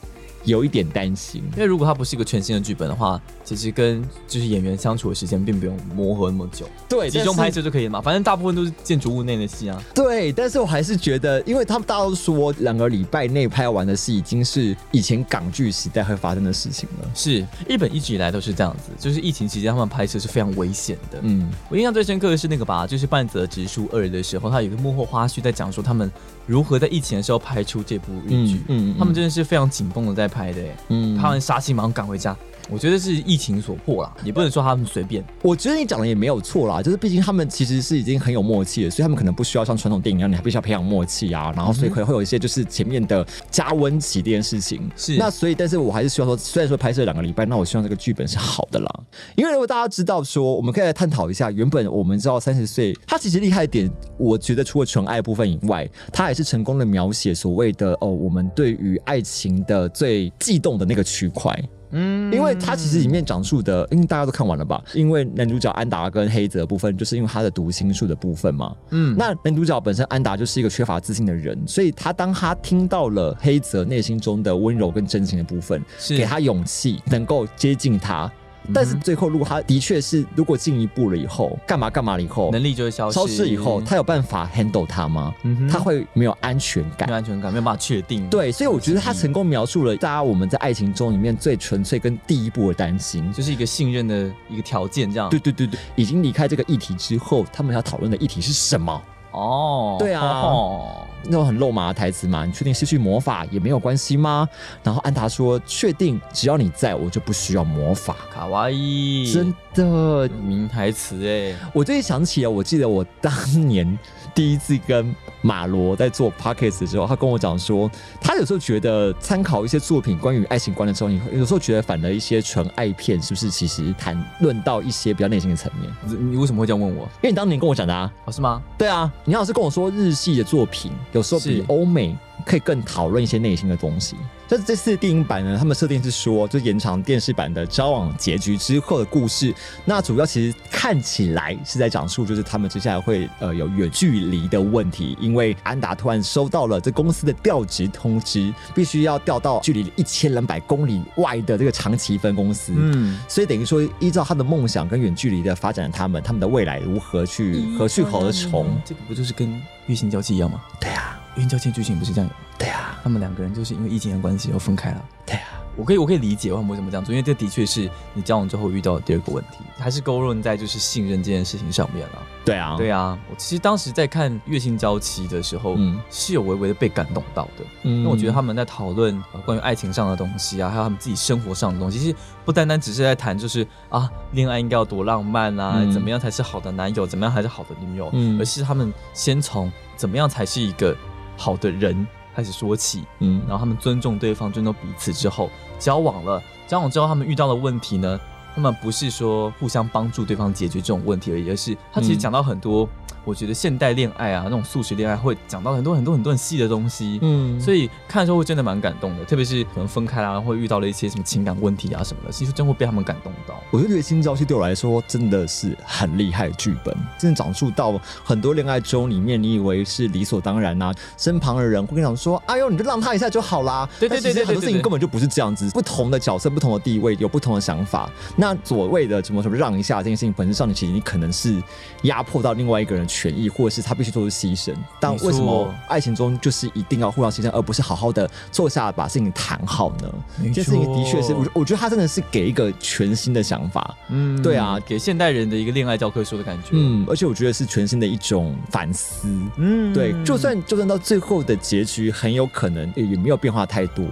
Speaker 3: 有一点担心。
Speaker 2: 因为如果它不是一个全新的剧本的话，其实跟就是演员相处的时间并不用磨合那么久，
Speaker 3: 对
Speaker 2: 集中拍摄就可以了嘛。反正大部分哎都是建筑物内的戏啊。
Speaker 3: 对，但是我还是觉得，因为他们大家都说两个礼拜内拍完的事，已经是以前港剧时代会发生的事情了。
Speaker 2: 是日本一直以来都是这样子，就是疫情期间他们拍摄是非常危险的。
Speaker 3: 嗯，
Speaker 2: 我印象最深刻的是那个吧，就是《半泽直树二》的时候，他有一个幕后花絮在讲说他们如何在疫情的时候拍出这部日剧。
Speaker 3: 嗯嗯嗯
Speaker 2: 他们真的是非常紧绷的在拍的耶，
Speaker 3: 嗯
Speaker 2: 拍完杀青马上赶回家。我觉得是疫情所迫啦，也不能说他们随便。
Speaker 3: 我觉得你讲的也没有错啦，就是毕竟他们其实是已经很有默契了，所以他们可能不需要像传统电影一样，你还必须要培养默契啊，然后所以可能会有一些就是前面的加温期这件事情。
Speaker 2: 是
Speaker 3: 那所以，但是我还是希望说，虽然说拍摄两个礼拜，那我希望这个剧本是好的啦，因为如果大家知道说，我们可以来探讨一下，原本我们知道三十岁，他其实厉害的点，我觉得除了纯爱部分以外，他还是成功的描写所谓的哦，我们对于爱情的最悸动的那个区块。
Speaker 2: 嗯
Speaker 3: 因为它其实里面讲述的，因为大家都看完了吧？因为男主角安达跟黑泽的部分，就是因为他的读心术的部分嘛。
Speaker 2: 嗯
Speaker 3: 那男主角本身安达就是一个缺乏自信的人，所以他当他听到了黑泽内心中的温柔跟真情的部分，
Speaker 2: 是嗯
Speaker 3: 给他勇气，能够接近他。但是最后，如果他的确是如果进一步了以后，干嘛干嘛了以后，
Speaker 2: 能力就会消失，
Speaker 3: 消失以后，他有办法 handle 他吗？
Speaker 2: 嗯哼
Speaker 3: 他会没有安全感
Speaker 2: 没有。安全感，没有办法确定。
Speaker 3: 对，所以我觉得他成功描述了大家我们在爱情中里面最纯粹跟第一步的担心。
Speaker 2: 就是一个信任的一个条件，这样。
Speaker 3: 对对对对，已经离开这个议题之后，他们要讨论的议题是什么？
Speaker 2: 哦，
Speaker 3: 对啊
Speaker 2: 哦
Speaker 3: 那种很肉麻的台词嘛，你确定失去魔法也没有关系吗？然后安达说：“确定，只要你在我就不需要魔法。
Speaker 2: 卡哇”伊，
Speaker 3: 真的，
Speaker 2: 名台词哎，
Speaker 3: 我最近想起了，我记得我当年第一次跟马罗在做 p o c k e t 的时候，他跟我讲说，他有时候觉得参考一些作品关于爱情观的时候，你有时候觉得反而一些纯爱片是不是其实谈论到一些比较内心的层面？
Speaker 2: 你你为什么会这样问我？
Speaker 3: 因为你当年跟我讲的啊，
Speaker 2: 哦，是吗？
Speaker 3: 对啊，你要是跟我说日系的作品，有时候比
Speaker 2: 是
Speaker 3: 欧美可以更讨论一些内心的东西。但是这次的电影版呢，他们设定是说，就延长电视版的交往结局之后的故事。那主要其实看起来是在讲述，就是他们接下来会呃有远距离的问题，因为安达突然收到了这公司的调职通知，必须要调到距离一千两百公里外的这个长崎分公司。
Speaker 2: 嗯，
Speaker 3: 所以等于说，依照他的梦想跟远距离的发展，他们他们的未来如何去何嗯去何从？
Speaker 2: 嗯这个不就是跟月薪娇妻一样吗？
Speaker 3: 对啊，
Speaker 2: 月薪娇妻的剧情不是这样的，
Speaker 3: 对啊，
Speaker 2: 他们两个人就是因为疫情的关系又分开了。
Speaker 3: 对啊，
Speaker 2: 我可以，我可以理解为什么会这么这样做，因为这的确是你交往之后遇到的第二个问题，还是勾论在就是信任这件事情上面了、
Speaker 3: 对啊，
Speaker 2: 对啊，我其实当时在看《月薪娇妻》的时候，
Speaker 3: 嗯
Speaker 2: 是有微微的被感动到的。
Speaker 3: 嗯
Speaker 2: 因为我觉得他们在讨论呃关于爱情上的东西啊，还有他们自己生活上的东西，其实不单单只是在谈就是啊恋爱应该有多浪漫啊，
Speaker 3: 嗯
Speaker 2: 怎么样才是好的男友，怎么样才是好的女友，
Speaker 3: 嗯
Speaker 2: 而是他们先从怎么样才是一个好的人开始说起，
Speaker 3: 嗯
Speaker 2: 然后他们尊重对方，尊重彼此之后交往了，交往之后他们遇到的问题呢，他们不是说互相帮助对方解决这种问题而已，而是他其实
Speaker 3: 嗯
Speaker 2: 讲到很多，我觉得现代恋爱啊那种素食恋爱会讲到很多很多很多很细的东西，
Speaker 3: 嗯
Speaker 2: 所以看的时候会真的蛮感动的，特别是可能分开啦、会遇到了一些什么情感问题啊什么的，其实真会被他们感动到。
Speaker 3: 我觉得《月薪娇妻》对我来说真的是很厉害的剧本，真的讲述到很多恋爱中里面，你以为是理所当然呐、身旁的人会跟你讲说：“哎呦，你就让他一下就好啦。”
Speaker 2: 对对对
Speaker 3: 但其实
Speaker 2: 对对
Speaker 3: 很多
Speaker 2: 对
Speaker 3: 事情
Speaker 2: 对
Speaker 3: 根本就不是这样子。不同的角色、不同的地位有不同的想法。那所谓的什么什么让一下这件事情，本质上你其实你可能是压迫到另外一个人的权益，或者是他必须做出牺牲。但为什
Speaker 2: 没
Speaker 3: 么
Speaker 2: 错
Speaker 3: 爱情中就是一定要互相牺牲，而不是好好的坐下来把事情谈好呢？
Speaker 2: 没
Speaker 3: 这件事情的确是，
Speaker 2: 错
Speaker 3: 我我觉得他真的是给一个全新的想法。
Speaker 2: 嗯
Speaker 3: 对啊
Speaker 2: 给现代人的一个恋爱教科书的感觉。
Speaker 3: 嗯，而且我觉得是全新的一种反思。
Speaker 2: 嗯
Speaker 3: 对，就算就算到最后的结局，很有可能也也没有变化太多、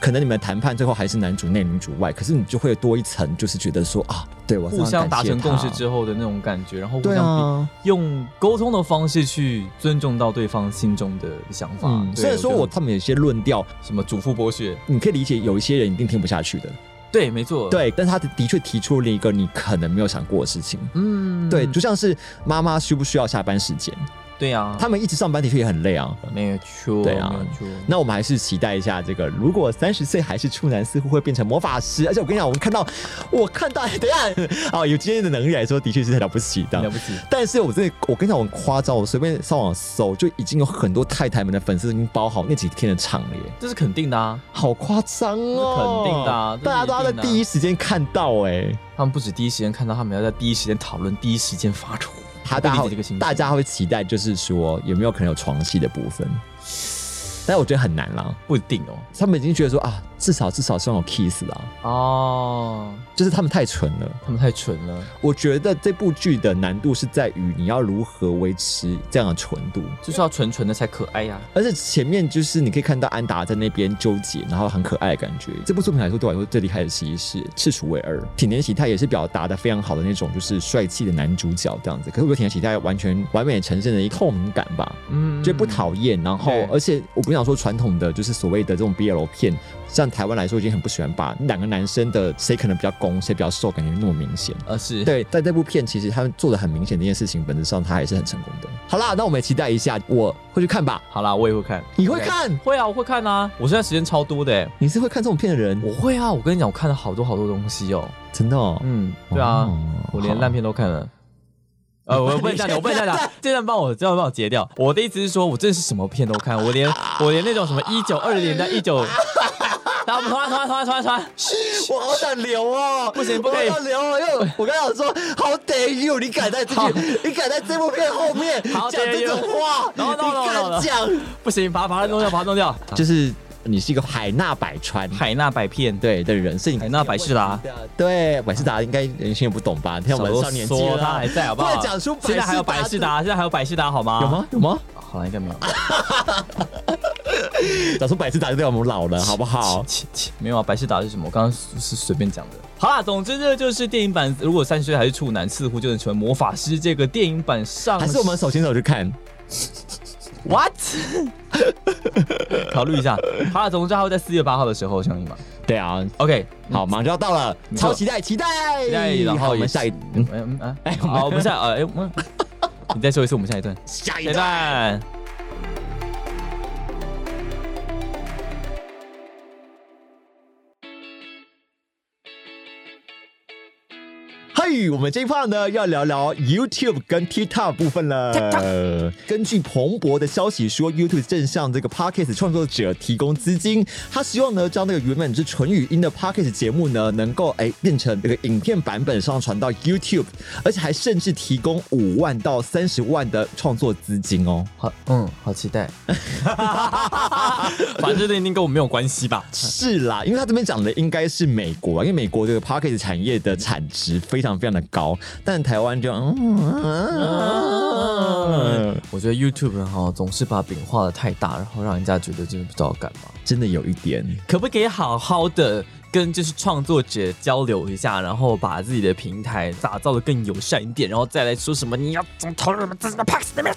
Speaker 3: 可能你们谈判最后还是男主内女主外，可是你就会多一层，就是觉得说啊，对我
Speaker 2: 互相达成共识之
Speaker 3: 后，
Speaker 2: 后的那种感觉，然后互
Speaker 3: 对
Speaker 2: 相比
Speaker 3: 啊，
Speaker 2: 用沟通的方式去尊重到对方心中的想法。
Speaker 3: 嗯，
Speaker 2: 对
Speaker 3: 虽然说我他们有些论调，
Speaker 2: 觉得什么祖父剥削，
Speaker 3: 你可以理解有一些人一定听不下去的，
Speaker 2: 对，没错，，
Speaker 3: 对，但是他的的确提出了一个你可能没有想过的事情。
Speaker 2: 嗯
Speaker 3: 对，就像是妈妈需不需要下班时间？
Speaker 2: 对呀、啊，
Speaker 3: 他们一直上班的确也很累啊。
Speaker 2: 没有错，
Speaker 3: 对啊
Speaker 2: 没有错。
Speaker 3: 那我们还是期待一下这个，如果三十岁还是处男，似乎会变成魔法师。而且我跟你讲，我们看到，我看到， *laughs* 等一下，啊，有今天的能力来说，的确是很了不起
Speaker 2: 了
Speaker 3: 的。
Speaker 2: 不起，
Speaker 3: 但是我真的，我跟你讲，我很夸张，我随便上网搜，就已经有很多太太们的粉丝已经包好那几天的场了耶，
Speaker 2: 这是肯定的啊！
Speaker 3: 好夸张哦！
Speaker 2: 这肯定的啊这
Speaker 3: 大家都要在
Speaker 2: 一定的啊
Speaker 3: 第一时间看到哎。
Speaker 2: 他们不止第一时间看到，他们要在第一时间讨论，第一时间发出。
Speaker 3: 他
Speaker 2: 我不
Speaker 3: 大
Speaker 2: 理
Speaker 3: 家
Speaker 2: 解
Speaker 3: 会
Speaker 2: 这个心情
Speaker 3: 大家会期待，就是说有没有可能有床戏的部分，但我觉得很难啦。
Speaker 2: 不一定哦。
Speaker 3: 他们已经觉得说啊，至少至少是有 kiss 啦，
Speaker 2: 哦，
Speaker 3: 就是他们太蠢了。
Speaker 2: 他们太蠢了，
Speaker 3: 我觉得这部剧的难度是在于你要如何维持这样的纯度，
Speaker 2: 就是要蠢蠢的才可爱呀、
Speaker 3: 而且前面就是你可以看到安达在那边纠结，然后很可爱的感觉。这部作品来说，对我来说最厉害的其实是赤楚卫二，挺田喜太也是表达的非常好的那种，就是帅气的男主角这样子。可是我觉得挺田喜太完全完美地呈现了一个透明感吧，
Speaker 2: 嗯
Speaker 3: 就不讨厌，然后
Speaker 2: 对
Speaker 3: 而且我不想说传统的就是所谓的这种 BL 片，像台湾来说已经很不喜欢把两个男生的谁可能比较攻，谁比较瘦，感觉那么明显。
Speaker 2: 而是
Speaker 3: 对，但这部片其实他们做的很明显这件事情，本质上它还是很成功的。好啦，那我们也期待一下，我会去看吧。
Speaker 2: 好啦，我也会看，
Speaker 3: 你会看？
Speaker 2: 会啊，我会看啊，我现在时间超多的欸，
Speaker 3: 你是会看这种片的人？
Speaker 2: 我会啊，我跟你讲，我看了好多好多东西哦，
Speaker 3: 真的哦。
Speaker 2: 嗯，对啊，
Speaker 3: 哦
Speaker 2: 我连烂片都看了。呃，我不能这样讲，我不能这样讲，这段帮我，这段帮我截掉。我的意思是说，我真的是什么片都看，我连我连那种什么一九二零年代一九，然后传传传传传，
Speaker 3: *laughs* 我好想留 *laughs* 哦，
Speaker 2: 不行不可以
Speaker 3: 我好想留哦，因为我刚想说，好 dare you，你敢在这
Speaker 2: 好
Speaker 3: 个，你敢在这部片后面
Speaker 2: How
Speaker 3: 讲
Speaker 2: dare
Speaker 3: 这
Speaker 2: you
Speaker 3: 种话，
Speaker 2: No, no, no,
Speaker 3: 你
Speaker 2: no, no.
Speaker 3: 敢讲？
Speaker 2: 不行，把它把它弄掉，把它弄掉。
Speaker 3: 就是你是一个海纳百川
Speaker 2: 海纳百片，
Speaker 3: 对的人，是你
Speaker 2: 海纳百事啦。
Speaker 3: 对啊百事达应该年轻人不懂吧？你看我们
Speaker 2: 少
Speaker 3: 上年纪
Speaker 2: 说
Speaker 3: 了，
Speaker 2: 他还在好不
Speaker 3: 不
Speaker 2: 好？
Speaker 3: 能讲出百事
Speaker 2: 现
Speaker 3: 达
Speaker 2: 在还有百事达，现在还有百事达好吗？
Speaker 3: 有？吗？有吗？
Speaker 2: 好了，应该没有。
Speaker 3: 啊讲出百事达就代表我们老了，好不 *laughs* 好？
Speaker 2: 切，切切没有啊，百事达是什么？我刚刚是随便讲的。好啦，总之这就是电影版。如果三十岁还是处男，似乎就能成为魔法师。这个电影版上
Speaker 3: 还是我们手牵手去看？
Speaker 2: what？考虑一下。好啦，总之它会在四月八号的时候上映嘛。
Speaker 3: 对啊，
Speaker 2: OK，
Speaker 3: 好，马上就要到了，
Speaker 2: 没错
Speaker 3: 超期待，期待，
Speaker 2: 期待然
Speaker 3: 好，
Speaker 2: 后
Speaker 3: 我
Speaker 2: 也
Speaker 3: 们下一
Speaker 2: 嗯嗯嗯，哎，好，我们下呃哎我们，你再说一次我们下一段，
Speaker 3: 下
Speaker 2: 下
Speaker 3: 一
Speaker 2: 一
Speaker 3: 段。
Speaker 2: 段。
Speaker 3: 嘿，我们这一 part 呢要聊聊 YouTube 跟 TikTok 部分了。根据彭博的消息说，YouTube 正向这个 Podcast 创作者提供资金，他希望呢将那个原本是纯语音的 Podcast 节目呢，能够哎变成这个影片版本上传到 YouTube，而且还甚至提供五万到三十万的创作资金哦。
Speaker 2: 好，嗯，好期待。 *laughs* 反正这一定跟我没有关系吧？
Speaker 3: 是啦，因为他这边讲的应该是美国啊，因为美国这个 p a c k a g e 产业的产值非常非常的高，但台湾就嗯，
Speaker 2: *laughs* 我觉得 YouTube 哈总是把饼画的太大，然后让人家觉得真的不知道干嘛。
Speaker 3: 真的有一点。
Speaker 2: 可不可以好好的跟就是创作者交流一下，然后把自己的平台打造的更友善一点，然后再来说什么你要怎么投入我们自己的 p a x 里面？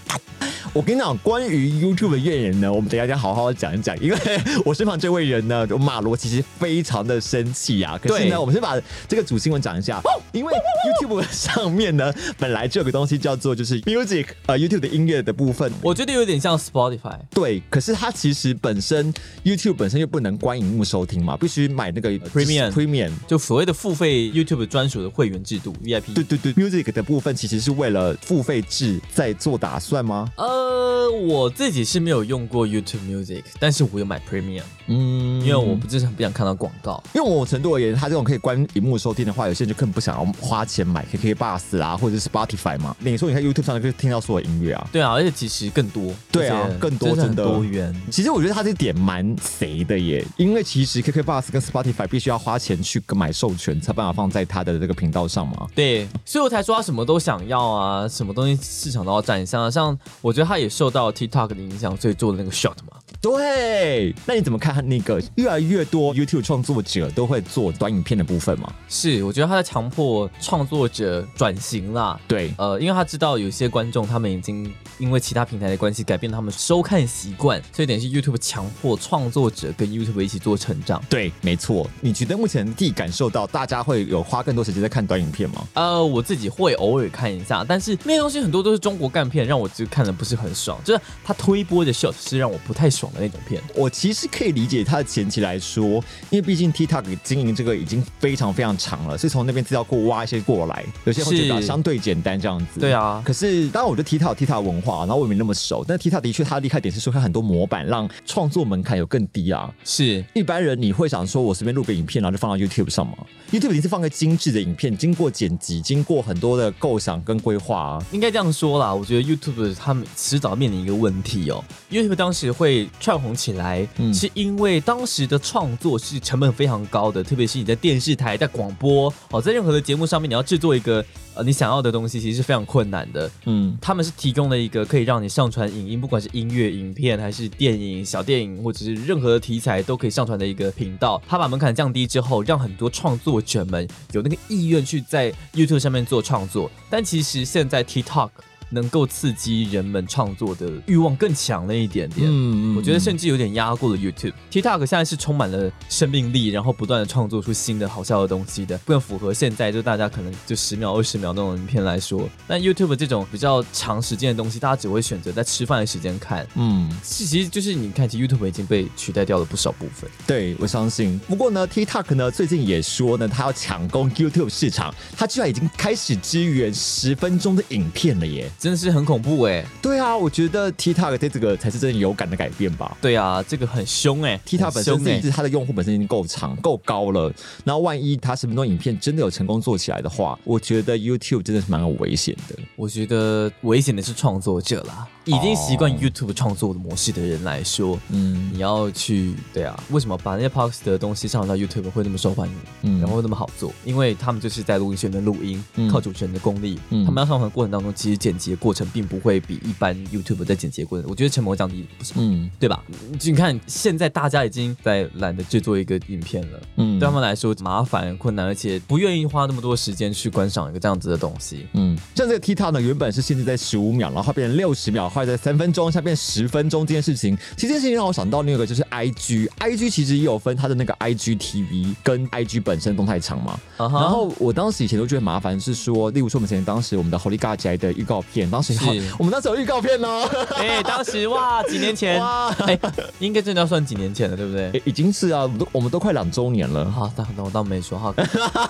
Speaker 3: 我跟你讲，关于 YouTube 的怨言呢，我们等一下要好好讲一讲，因为我身旁这位人呢，马罗其实非常的生气啊。可是
Speaker 2: 对
Speaker 3: 呢，我们先把这个主新闻讲一下，因为 YouTube 上面呢，本来就有个东西叫做就是 music，呃，YouTube 的音乐的部分，
Speaker 2: 我觉得有点像 Spotify，
Speaker 3: 对，可是它其实本身 YouTube 本身又不能关荧幕收听嘛，必须买那个呃
Speaker 2: Premium
Speaker 3: Premium。
Speaker 2: 就所谓的付费 YouTube 专属的会员制度 E VIP。
Speaker 3: 对对对，Music 的部分其实是为了付费制在做打算吗？
Speaker 2: 呃，我自己是没有用过 YouTube Music，但是我有买 Premium，
Speaker 3: 嗯，
Speaker 2: 因为我不是很不想看到广告。
Speaker 3: 因为我程度而言，它这种可以关荧幕收听的话，有些人就根本不想要花钱买 KK Bus 啦，或者是 Spotify 嘛。你说你在 YouTube 上就可以听到所有音乐啊。
Speaker 2: 对啊，而且其实更多，
Speaker 3: 对啊
Speaker 2: 而且
Speaker 3: 更多
Speaker 2: 真的很
Speaker 3: 真的
Speaker 2: 多元。
Speaker 3: 其实我觉得它这点蛮贼的耶，因为其实 KK Bus 跟 Spotify 必须要花钱去买授权，才办法放在它的这个频道上嘛。
Speaker 2: 对，所以我才说他什么都想要啊，什么东西市场都要占一下啊。像我觉得他也受到 TikTok 的影响，所以做了那个 Short 嘛。
Speaker 3: 对，那你怎么看那个越来越多 YouTube 创作者都会做短影片的部分嘛？
Speaker 2: 是，我觉得他在强迫创作者转型啦。
Speaker 3: 对，
Speaker 2: 呃，因为他知道有些观众他们已经因为其他平台的关系改变他们收看习惯，所以等于是 YouTube 强迫创作者跟 YouTube 一起做成长。
Speaker 3: 对，没错。你觉得目前地感受到大家会有花更多时间在看短影片吗？
Speaker 2: 呃，我自己会偶尔看一下，但是那些东西很多都是中国干片，让我就看的不是很爽。就是他推播的 shot 是让我不太爽的那种片。
Speaker 3: 我其实可以理解它的前提来说，因为毕竟 TikTok 经营这个已经非常非常长了，所以从那边资料库挖一些过来，有些会觉得
Speaker 2: 是
Speaker 3: 相对简单这样子。
Speaker 2: 对啊
Speaker 3: 可是当然我对 TikTok TikTok 文化，然后我也没那么熟，但 TikTok 的确它的厉害点是说它很多模板让创作门槛有更低啊。
Speaker 2: 是，
Speaker 3: 一般人你会想说，我随便录个影片，然后就放到 YouTube 上吗？YouTube 一定是放个精致的影片，经过剪辑，经过很多的构想跟规划啊。
Speaker 2: 应该这样说啦，我觉得 YouTube 他们迟早面临一个问题哦。YouTube 当时会窜红起来，
Speaker 3: 嗯
Speaker 2: 是因为当时的创作是成本非常高的，特别是你在电视台、在广播哦，在任何的节目上面，你要制作一个呃你想要的东西，其实是非常困难的。
Speaker 3: 嗯，
Speaker 2: 他们是提供了一个可以让你上传影音，不管是音乐、影片还是电影、小电影，或者是任何的题材都可以上传的一个频道。他把门槛降低之后，让很多创作者们有那个意愿去在 YouTube 上面做创作。但其实现在 TikTok 能够刺激人们创作的欲望更强了一点点。
Speaker 3: 嗯
Speaker 2: 我觉得甚至有点压过了 YouTube。TikTok 现在是充满了生命力，然后不断的创作出新的好笑的东西的，更符合现在就大家可能就十秒、二十秒那种影片来说。但 YouTube 这种比较长时间的东西，大家只会选择在吃饭的时间看。
Speaker 3: 嗯，
Speaker 2: 是其实就是你看，其实 YouTube 已经被取代掉了不少部分。
Speaker 3: 对我相信。不过呢，TikTok 呢最近也说呢，它要抢攻 YouTube 市场，它居然已经开始支援十分钟的影片了耶！
Speaker 2: 真的是很恐怖哎、
Speaker 3: 对啊，我觉得 TikTok 对这个才是真的有感的改变吧。
Speaker 2: 对啊，这个很凶哎、
Speaker 3: T 它
Speaker 2: 很
Speaker 3: 本
Speaker 2: 凶
Speaker 3: 身自
Speaker 2: 哎
Speaker 3: 己是它的用户本身已经够长、够高了，然后万一它十分钟影片真的有成功做起来的话，我觉得 YouTube 真的是蛮有危险的。
Speaker 2: 我觉得危险的是创作者啦，已经习
Speaker 3: 哦
Speaker 2: 惯 YouTube 创作的模式的人来说，
Speaker 3: 嗯
Speaker 2: 你要去对啊，为什么把那些 p o x 的东西上传到 YouTube 会那么受欢迎，
Speaker 3: 嗯
Speaker 2: 然后会那么好做？因为他们就是在录音室里面录音，
Speaker 3: 嗯
Speaker 2: 靠主持人的功力。
Speaker 3: 嗯
Speaker 2: 他们要上传的过程当中，其实剪辑的过程并不会比一般 YouTube 在剪辑的过程，我觉得成本会降低不少。
Speaker 3: 嗯
Speaker 2: 对吧？就你看，现在大家已经在懒得制作一个影片了，
Speaker 3: 嗯
Speaker 2: 对他们来说麻烦、困难，而且不愿意花那么多时间去观赏一个这样子的东西。
Speaker 3: 嗯，像这个 T 它呢，原本是限制在十五秒，然后它变成六十秒，后来在三分钟，现在变十分钟这件事情，其实这件事情让我想到另一个就是 IG，IG 其实也有分它的那个 IG TV 跟 IG 本身动态场嘛。
Speaker 2: 然
Speaker 3: 然后我当时以前都觉得麻烦是说，例如说我们前当时我们的 Holy God 宅的预告片，当时
Speaker 2: 是
Speaker 3: 我们当时有预告片哦。
Speaker 2: 哎、当时哇，几年前，
Speaker 3: 哇
Speaker 2: 哎、应该真的要算几年前了，对不对？
Speaker 3: 诶已经是啊，我们都我们都快两周年了。
Speaker 2: *laughs* 好，当当我当没说， *laughs* 好，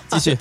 Speaker 2: 继续，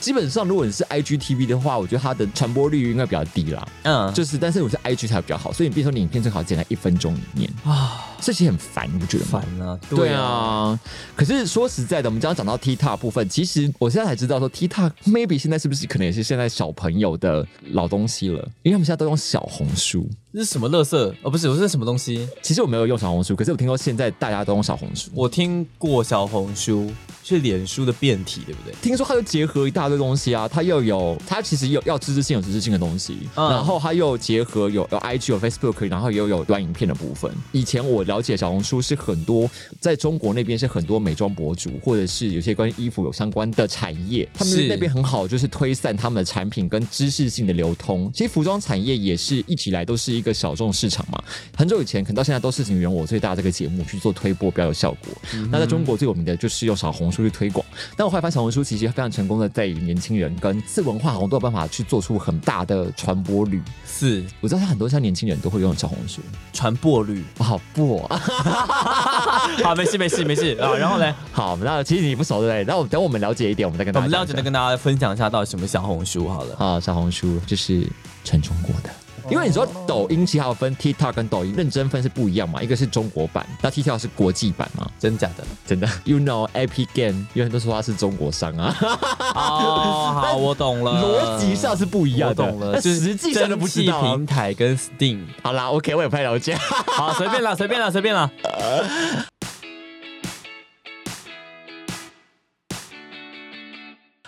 Speaker 3: 基本上，如果你是 IGTV 的话，我觉得它的传播率应该比较低啦。
Speaker 2: 嗯，
Speaker 3: 就是，但是我是 IG 才比较好，所以你变成你影片最好剪在一分钟里面，
Speaker 2: 啊，
Speaker 3: 这其实很烦，你不觉得吗
Speaker 2: 烦？啊，
Speaker 3: 对，啊，可是说实在的，我们刚刚讲到 TikTok 部分，其实我现在才知道说 TikTok maybe 现在是不是可能也是现在小朋友的老东西了，因为他们现在都用小红书。
Speaker 2: 这是什么乐色？哦，不是，我是什么东西？
Speaker 3: 其实我没有用小红书，可是我听说现在大家都用小红书。
Speaker 2: 我听过小红书是脸书的变体，对不对？
Speaker 3: 听说它又结合一大堆东西啊，它又有它其实有要知识性有知识性的东西，
Speaker 2: 嗯
Speaker 3: 然后它又结合有有 IG 有 Facebook，然后也有短影片的部分。以前我了解小红书是很多在中国那边是很多美妆博主或者是有些关于衣服有相关的产业，他
Speaker 2: 是
Speaker 3: 们那边很好，就是推散他们的产品跟知识性的流通。其实服装产业也是一直以来都是一个小众市场嘛，很久以前可能到现在都是请源我最大这个节目去做推播比较有效果。
Speaker 2: 嗯
Speaker 3: 那在中国最有名的就是用小红书去推广。但我后来发现小红书其实非常成功的在于年轻人跟次文化好像都有办法去做出很大的传播率。
Speaker 2: 是
Speaker 3: 我知道很多像年轻人都会用小红书，
Speaker 2: 传播率。
Speaker 3: 啊好不哦、
Speaker 2: *laughs* 好，没事没事没 *laughs* 事啊。然后呢，
Speaker 3: 好，那其实你不熟对不对？那我等我们了解一点，我们再
Speaker 2: 我
Speaker 3: 跟大家
Speaker 2: 们
Speaker 3: 讲
Speaker 2: 了
Speaker 3: 一
Speaker 2: 解
Speaker 3: 下
Speaker 2: 的跟大家分享一下到底什么小红书好了。
Speaker 3: 啊，小红书就是全中国的。
Speaker 2: 哦
Speaker 3: 因为你说抖音其实还有分 TikTok 跟抖音，认真分是不一样嘛，一个是中国版，那 TikTok 是国际版嘛， *laughs*
Speaker 2: 真假的？
Speaker 3: 真的，You know Epic Game，有很多说它是中国商啊，
Speaker 2: *laughs* 哦，好，我懂 *laughs* 了。
Speaker 3: *laughs* 逻辑上是不一样
Speaker 2: 我
Speaker 3: 的，
Speaker 2: 懂了，
Speaker 3: 但
Speaker 2: 就是
Speaker 3: 实际上都不知
Speaker 2: 蒸
Speaker 3: 道
Speaker 2: 汽
Speaker 3: 啊
Speaker 2: 平。台跟 Steam。
Speaker 3: 好啦，OK，我也不太了解。
Speaker 2: 好，随便啦，随便啦，随便啦。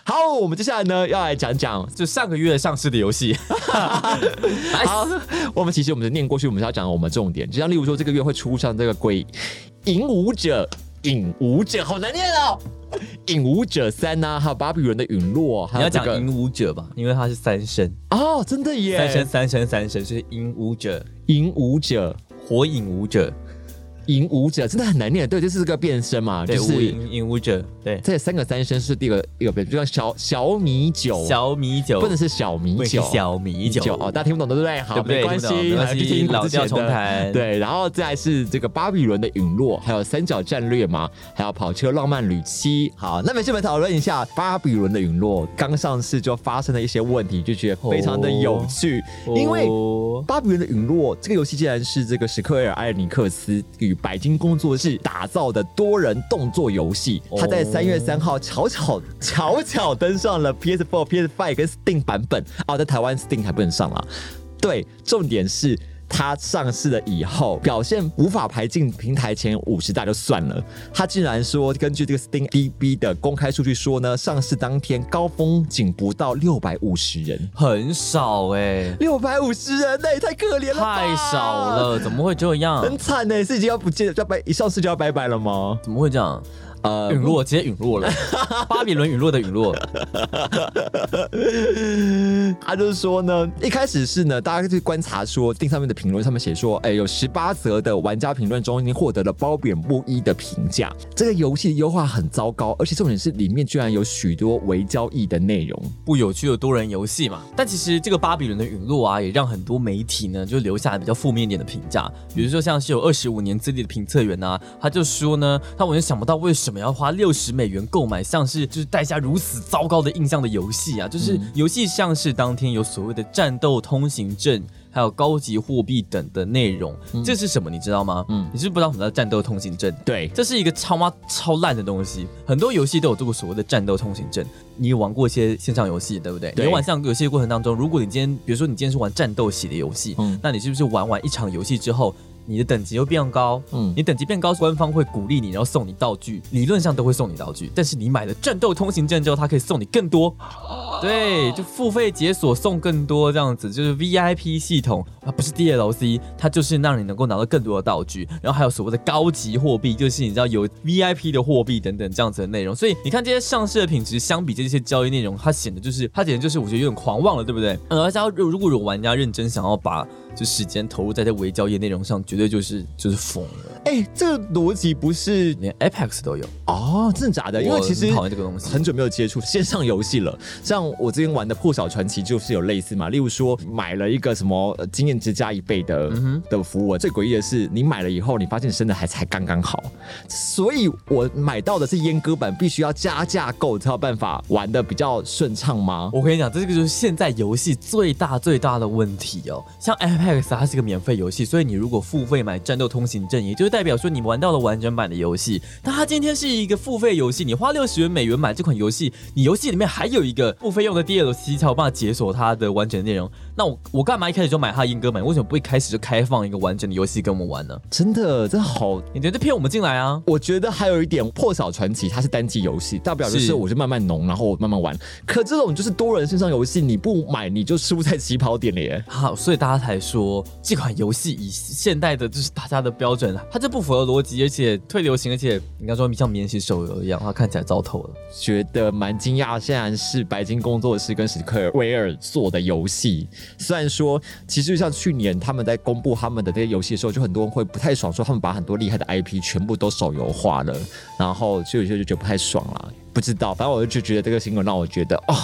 Speaker 3: 好，好，我们接下来呢要来讲讲，
Speaker 2: 就上个月上市的游 *laughs* 戏，
Speaker 3: 好，我们其实我们的念过去，我们是要讲我们重点，就像例如说这个月会出上这个鬼影舞者，影舞者好难念哦，影舞者三呐、还有芭比人的陨落，
Speaker 2: 你
Speaker 3: 还有
Speaker 2: 要
Speaker 3: 这
Speaker 2: 讲
Speaker 3: 个
Speaker 2: 影舞者吧，因为它是三声，
Speaker 3: 哦，真的耶，
Speaker 2: 三声三声三声，就是影舞者、
Speaker 3: 影舞者，
Speaker 2: 火影舞者、
Speaker 3: 影舞者真的很难念，对，就是这个变身嘛，
Speaker 2: 对，
Speaker 3: 就
Speaker 2: 舞
Speaker 3: 是。
Speaker 2: 影影舞者，对，
Speaker 3: 这三个三声是第一个一个变，就像小小米酒，
Speaker 2: 小米酒
Speaker 3: 不能是小米
Speaker 2: 不能是
Speaker 3: 酒，
Speaker 2: 小米酒，
Speaker 3: 哦，大家听不懂对不对？好，
Speaker 2: 对不对？
Speaker 3: 没关
Speaker 2: 听不懂
Speaker 3: 系，
Speaker 2: 没
Speaker 3: 还
Speaker 2: 关
Speaker 3: 是听
Speaker 2: 系，
Speaker 3: 古
Speaker 2: 老
Speaker 3: 之前
Speaker 2: 调重
Speaker 3: 的
Speaker 2: 弹，，
Speaker 3: 对，然后再来是这个巴比伦的陨落，还有三角战略嘛，还有跑车浪漫旅七。好，那每次我们讨论一下巴比伦的陨落，刚上市就发生了一些问题，就觉得非常的有趣，因为。
Speaker 2: 哦
Speaker 3: 巴比伦的陨落这个游戏竟然是这个史克威尔艾尼克斯与白金工作室打造的多人动作游戏，它在
Speaker 2: 哦
Speaker 3: 三月三号巧巧巧巧登上了 PS4、PS5 跟 Steam 版本啊，在台湾 Steam 还不能上啊。对，重点是。它上市了以后，表现无法排进平台前五十大就算了，它竟然说，根据这个 Steam DB 的公开数据说呢，上市当天高峰仅不到六百五十人，
Speaker 2: 很少哎，
Speaker 3: 六百五十人呢、也太可怜了，
Speaker 2: 太少，了，怎么会这样？
Speaker 3: 很惨呢、是已经要不见了，要拜一上市就要拜拜了吗？
Speaker 2: 怎么会这样？
Speaker 3: 呃 *laughs*
Speaker 2: 陨落，直接陨落了，巴比伦陨落的陨落，
Speaker 3: 他就是说呢，一开始是呢，大家去观察说，定上面的评论上面写说，哎、有十八则的玩家评论中已经获得了褒贬不一的评价。这个游戏优化很糟糕，而且重点是里面居然有许多微交易的内容。
Speaker 2: 不有趣的多人游戏嘛。但其实这个巴比伦的陨落啊，也让很多媒体呢就留下比较负面一点的评价，比如说像是有二十五年资历的评测员啊，他就说呢，他完全想不到为什么要花六十美元购买像是就是带下如此糟糕的印象的游戏啊，就是游戏像是当天有所谓的战斗通行证。还有高级货币等的内容，这是什么你知道吗？嗯，你是不是不知道什么叫战斗通行证？
Speaker 3: 对，
Speaker 2: 这是一个超妈超烂的东西，很多游戏都有做过所谓的战斗通行证。你有玩过一些线上游戏，对不对？
Speaker 3: 对
Speaker 2: 你玩上游戏的过程当中，如果你今天，比如说你今天是玩战斗系的游戏，
Speaker 3: 嗯
Speaker 2: 那你是不是玩完一场游戏之后，你的等级又变高？
Speaker 3: 嗯
Speaker 2: 你等级变高，官方会鼓励你，然后送你道具，理论上都会送你道具。但是你买了战斗通行证之后，它可以送你更多， *laughs* 对，就付费解锁送更多这样子，就是 VIP 系统，它不是 DLC，它就是让你能够拿到更多的道具，然后还有所谓的高级货币，就是你知道有 VIP 的货币等等这样子的内容。所以你看这些上市的品质，相比这些交易内容，它显得就是它简直就是我觉得有点狂妄了，对不对？呃，而且要如果有玩家认真想要把就时间投入在这微交易内容上，绝对就是就是疯了，
Speaker 3: 哎、这个逻辑不是
Speaker 2: 连 Apex 都有，
Speaker 3: 哦，真的假的？因为
Speaker 2: 我
Speaker 3: 其实
Speaker 2: 很讨厌这个东西
Speaker 3: 很久没有接触线上游戏了。像我之前玩的《破晓传奇》就是有类似嘛，例如说买了一个什么呃经验值加一倍的、的符文，最诡异的是你买了以后，你发现你升的还才刚刚好，所以我买到的是阉割版，必须要加价购才有办法玩的比较顺畅吗？
Speaker 2: 我跟你讲，这个就是现在游戏最大最大的问题哦。像 Apex 它是个免费游戏，所以你如果付费买战斗通行证，也就是代表说你玩到了完整版的游戏。但它今天是一个付费游戏，你花六十元美元买这款游戏，你游戏里面还有一个付费用的 DLC 才有办法解锁它的完整内容。那我我干嘛一开始就买它的阉割版？为什么不一开始就开放一个完整的游戏跟我们玩呢？
Speaker 3: 真的，真的好。
Speaker 2: 你觉得骗我们进来啊？
Speaker 3: 我觉得还有一点，《破晓传奇》它是单机游戏，代表就是
Speaker 2: 是
Speaker 3: 我就慢慢弄，然后我慢慢玩。可这种就是多人线上游戏，你不买你就输在起跑点了耶。
Speaker 2: 好，所以大家才说这款游戏以现代的就是大家的标准，啊它就不符合逻辑，而且退流行，而且你刚说像免洗手游一样，它看起来糟透了。
Speaker 3: 觉得蛮惊讶，竟然是白金工作室跟史克威尔做的游戏。虽然说，其实就像去年他们在公布他们的这些游戏的时候，就很多人会不太爽，说他们把很多厉害的 IP 全部都手游化了，然后就有些人就觉得不太爽啦。不知道，反正我就觉得这个新闻让我觉得哦，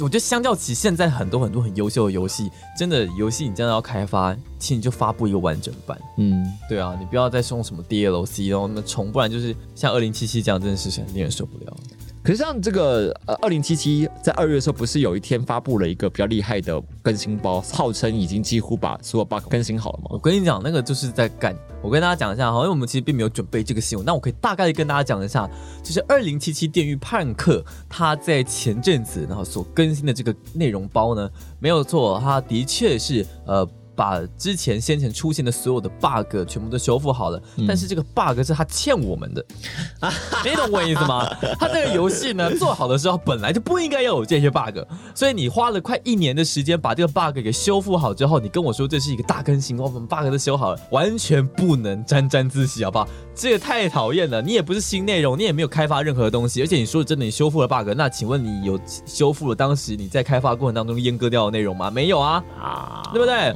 Speaker 2: 我觉得相较起现在很多很多很优秀的游戏，真的游戏你真的要开发，请你就发布一个完整版。
Speaker 3: 嗯，
Speaker 2: 对啊，你不要再送什么 DLC，然后那重，不然就是像二零七七这样，真的是很令人受不了。
Speaker 3: 可是像这个呃，二零七七在二月的时候，不是有一天发布了一个比较厉害的更新包，号称已经几乎把所有 bug 更新好了吗
Speaker 2: 我？跟你讲，那个就是在干。我跟大家讲一下哈，因为我们其实并没有准备这个新闻，那我可以大概跟大家讲一下，就是二零七七《电狱判客》它在前阵子然后所更新的这个内容包呢，没有错，它的确是呃。把之前先前出现的所有的 bug 全部都修复好了，但是这个 bug 是他欠我们的，你懂我意思吗？他这个游戏呢做好的时候本来就不应该要有这些 bug，所以你花了快一年的时间把这个 bug 给修复好之后，你跟我说这是一个大更新，哦我们 bug 都修好了，完全不能沾沾自喜，好不好？这也太讨厌了！你也不是新内容，你也没有开发任何东西，而且你说真的，你修复了 bug，那请问你有修复了当时你在开发过程当中阉割掉的内容吗？没有啊，对不对？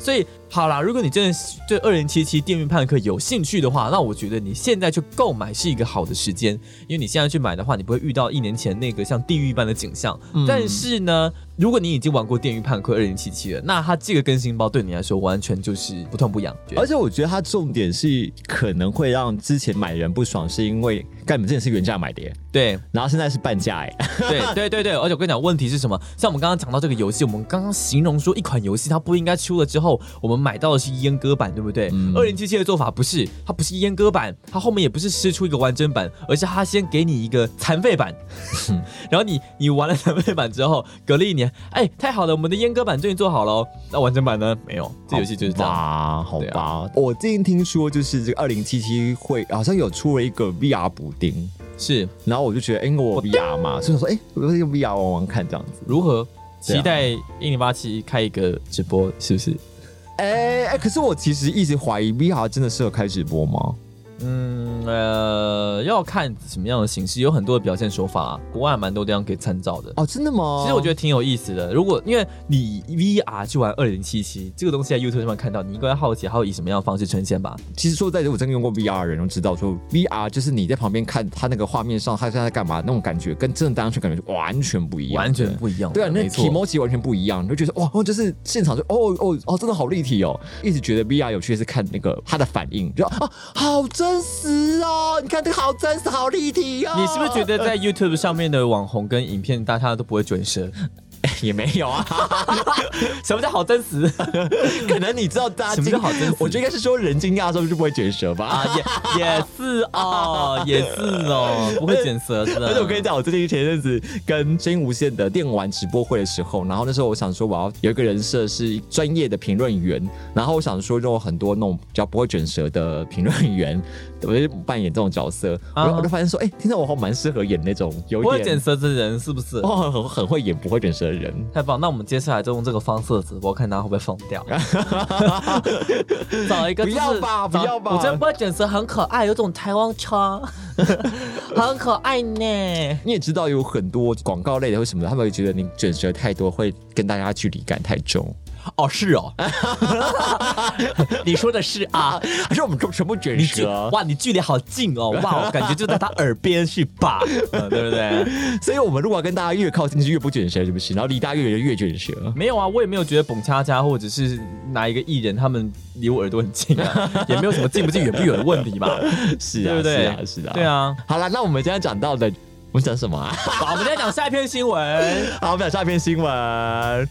Speaker 2: 所以好啦，如果你真的对二零七七《电锯判客》有兴趣的话，那我觉得你现在去购买是一个好的时间，因为你现在去买的话，你不会遇到一年前那个像地狱般的景象。
Speaker 3: 嗯
Speaker 2: 但是呢，如果你已经玩过《电锯判客二零七七》了，那它这个更新包对你来说完全就是不痛不痒。
Speaker 3: 而且我觉得它重点是可能会让之前买的人不爽，是因为干你们之前是原价买的耶，
Speaker 2: 对
Speaker 3: 然后现在是半价哎，
Speaker 2: 对对对对，而且我跟你讲，问题是什么？像我们刚刚讲到这个游戏，我们刚刚形容说一款游戏它不应该出了之后，我们买到的是阉割版，对不对？
Speaker 3: 嗯
Speaker 2: 二零七七的做法不是，它不是阉割版，它后面也不是试出一个完整版，而是它先给你一个残废版，
Speaker 3: 嗯
Speaker 2: *laughs* 然后你你玩了残废版之后，隔了一年，哎，太好了，我们的阉割版终于做好了哦，那完整版呢？没有，这游戏就是这样。
Speaker 3: 哇，好
Speaker 2: 对
Speaker 3: 吧。
Speaker 2: 啊
Speaker 3: 我最近听说就是这个二零七七会好像有出了一个 VR 补丁，
Speaker 2: 是
Speaker 3: 然后我就觉得，哎、因为我
Speaker 2: 哦
Speaker 3: 有
Speaker 2: 啊
Speaker 3: VR 嘛，所以我说，哎、我就用 VR 玩玩看这样子。
Speaker 2: 如何？
Speaker 3: 对啊
Speaker 2: 期待一零八七开一个直播，是不是？
Speaker 3: 哎、哎、可是我其实一直怀疑 VR 真的适合开直播吗？
Speaker 2: 嗯，呃，要看什么样的形式，有很多的表现手法、国外蛮多地方可以参照的。
Speaker 3: 哦，真的吗？
Speaker 2: 其实我觉得挺有意思的。如果因为你 VR 去玩二零七七这个东西在 YouTube 上面看到，你应该好奇它会以什么样的方式呈现吧？
Speaker 3: 其实说实在的，我真的用过 VR 的人都知道，说 VR 就是你在旁边看它那个画面上，它现在在干嘛那种感觉，跟真的当时感觉完全不一样，
Speaker 2: 完全。不一样的。
Speaker 3: 对啊，那
Speaker 2: 没
Speaker 3: e m
Speaker 2: 错。
Speaker 3: o j 完全不一样，你就觉得哇，哦就是现场就哦哦哦，真的好立体哦！一直觉得 VR 有趣的是看那个它的反应，就啊，好真实哦！你看这个好真实，好立体哦！
Speaker 2: 你是不是觉得在 YouTube 上面的网红跟影片，大家都不会准
Speaker 3: *laughs*
Speaker 2: 时？
Speaker 3: *laughs* 也没有啊？
Speaker 2: 什么叫好真实
Speaker 3: *laughs* 可能你知道大家
Speaker 2: 什么叫好真实
Speaker 3: 我觉得应该是说人惊讶的时候就不会卷舌吧。
Speaker 2: 啊？也也是哦，也是
Speaker 3: *laughs*
Speaker 2: 哦，不会卷舌的。
Speaker 3: 而且我跟你讲，我最近前阵子跟真无限的电玩直播会的时候，然后那时候我想说我要有一个人设是专业的评论员，然后我想说就有很多那种比较不会卷舌的评论员，我就扮演这种角色，我就
Speaker 2: 啊
Speaker 3: 我就发现说，哎、听到我好像蛮适合演那种有
Speaker 2: 不会卷
Speaker 3: 点
Speaker 2: 舌的人是不是？
Speaker 3: 哦很很会演不会卷舌的人。
Speaker 2: 太棒！那我们接下来就用这个方式的直播，看大家会不会疯
Speaker 3: *laughs*
Speaker 2: 掉。找一个、
Speaker 3: 不
Speaker 2: 就是、
Speaker 3: 要吧
Speaker 2: 找
Speaker 3: 不要吧
Speaker 2: 我觉得不会卷舌很可爱，有种台湾腔， *laughs* 很可爱呢。
Speaker 3: 你也知道有很多广告类的或什么的，他们会觉得你卷舌太多会跟大家距离感太重。
Speaker 2: 哦，是
Speaker 3: *laughs*
Speaker 2: 哦，你说的是啊，
Speaker 3: 还是我啊们全全部
Speaker 2: *laughs*
Speaker 3: 卷
Speaker 2: 你距
Speaker 3: 舌？
Speaker 2: 哇，你距离好近哦，哇，我感觉就在他耳边是
Speaker 3: *laughs*
Speaker 2: 吧？嗯对不对？
Speaker 3: 所以我们如果要跟大家越靠近，就越不卷舌，是不是？然后离大家越远就越卷舌。
Speaker 2: *laughs* 没有啊，我也没有觉得蹦恰恰或者是哪一个艺人他们离我耳朵很近啊，也没有什么近不近远不远的问题嘛，
Speaker 3: *laughs* *laughs* 是啊，
Speaker 2: 对不对？
Speaker 3: 是啊，是啊。
Speaker 2: 对，啊。
Speaker 3: 好了，那我们今天讲到的，我们讲什么啊？
Speaker 2: 好，我们今天讲下一篇新闻。
Speaker 3: *laughs* 好，我们讲下一篇新闻。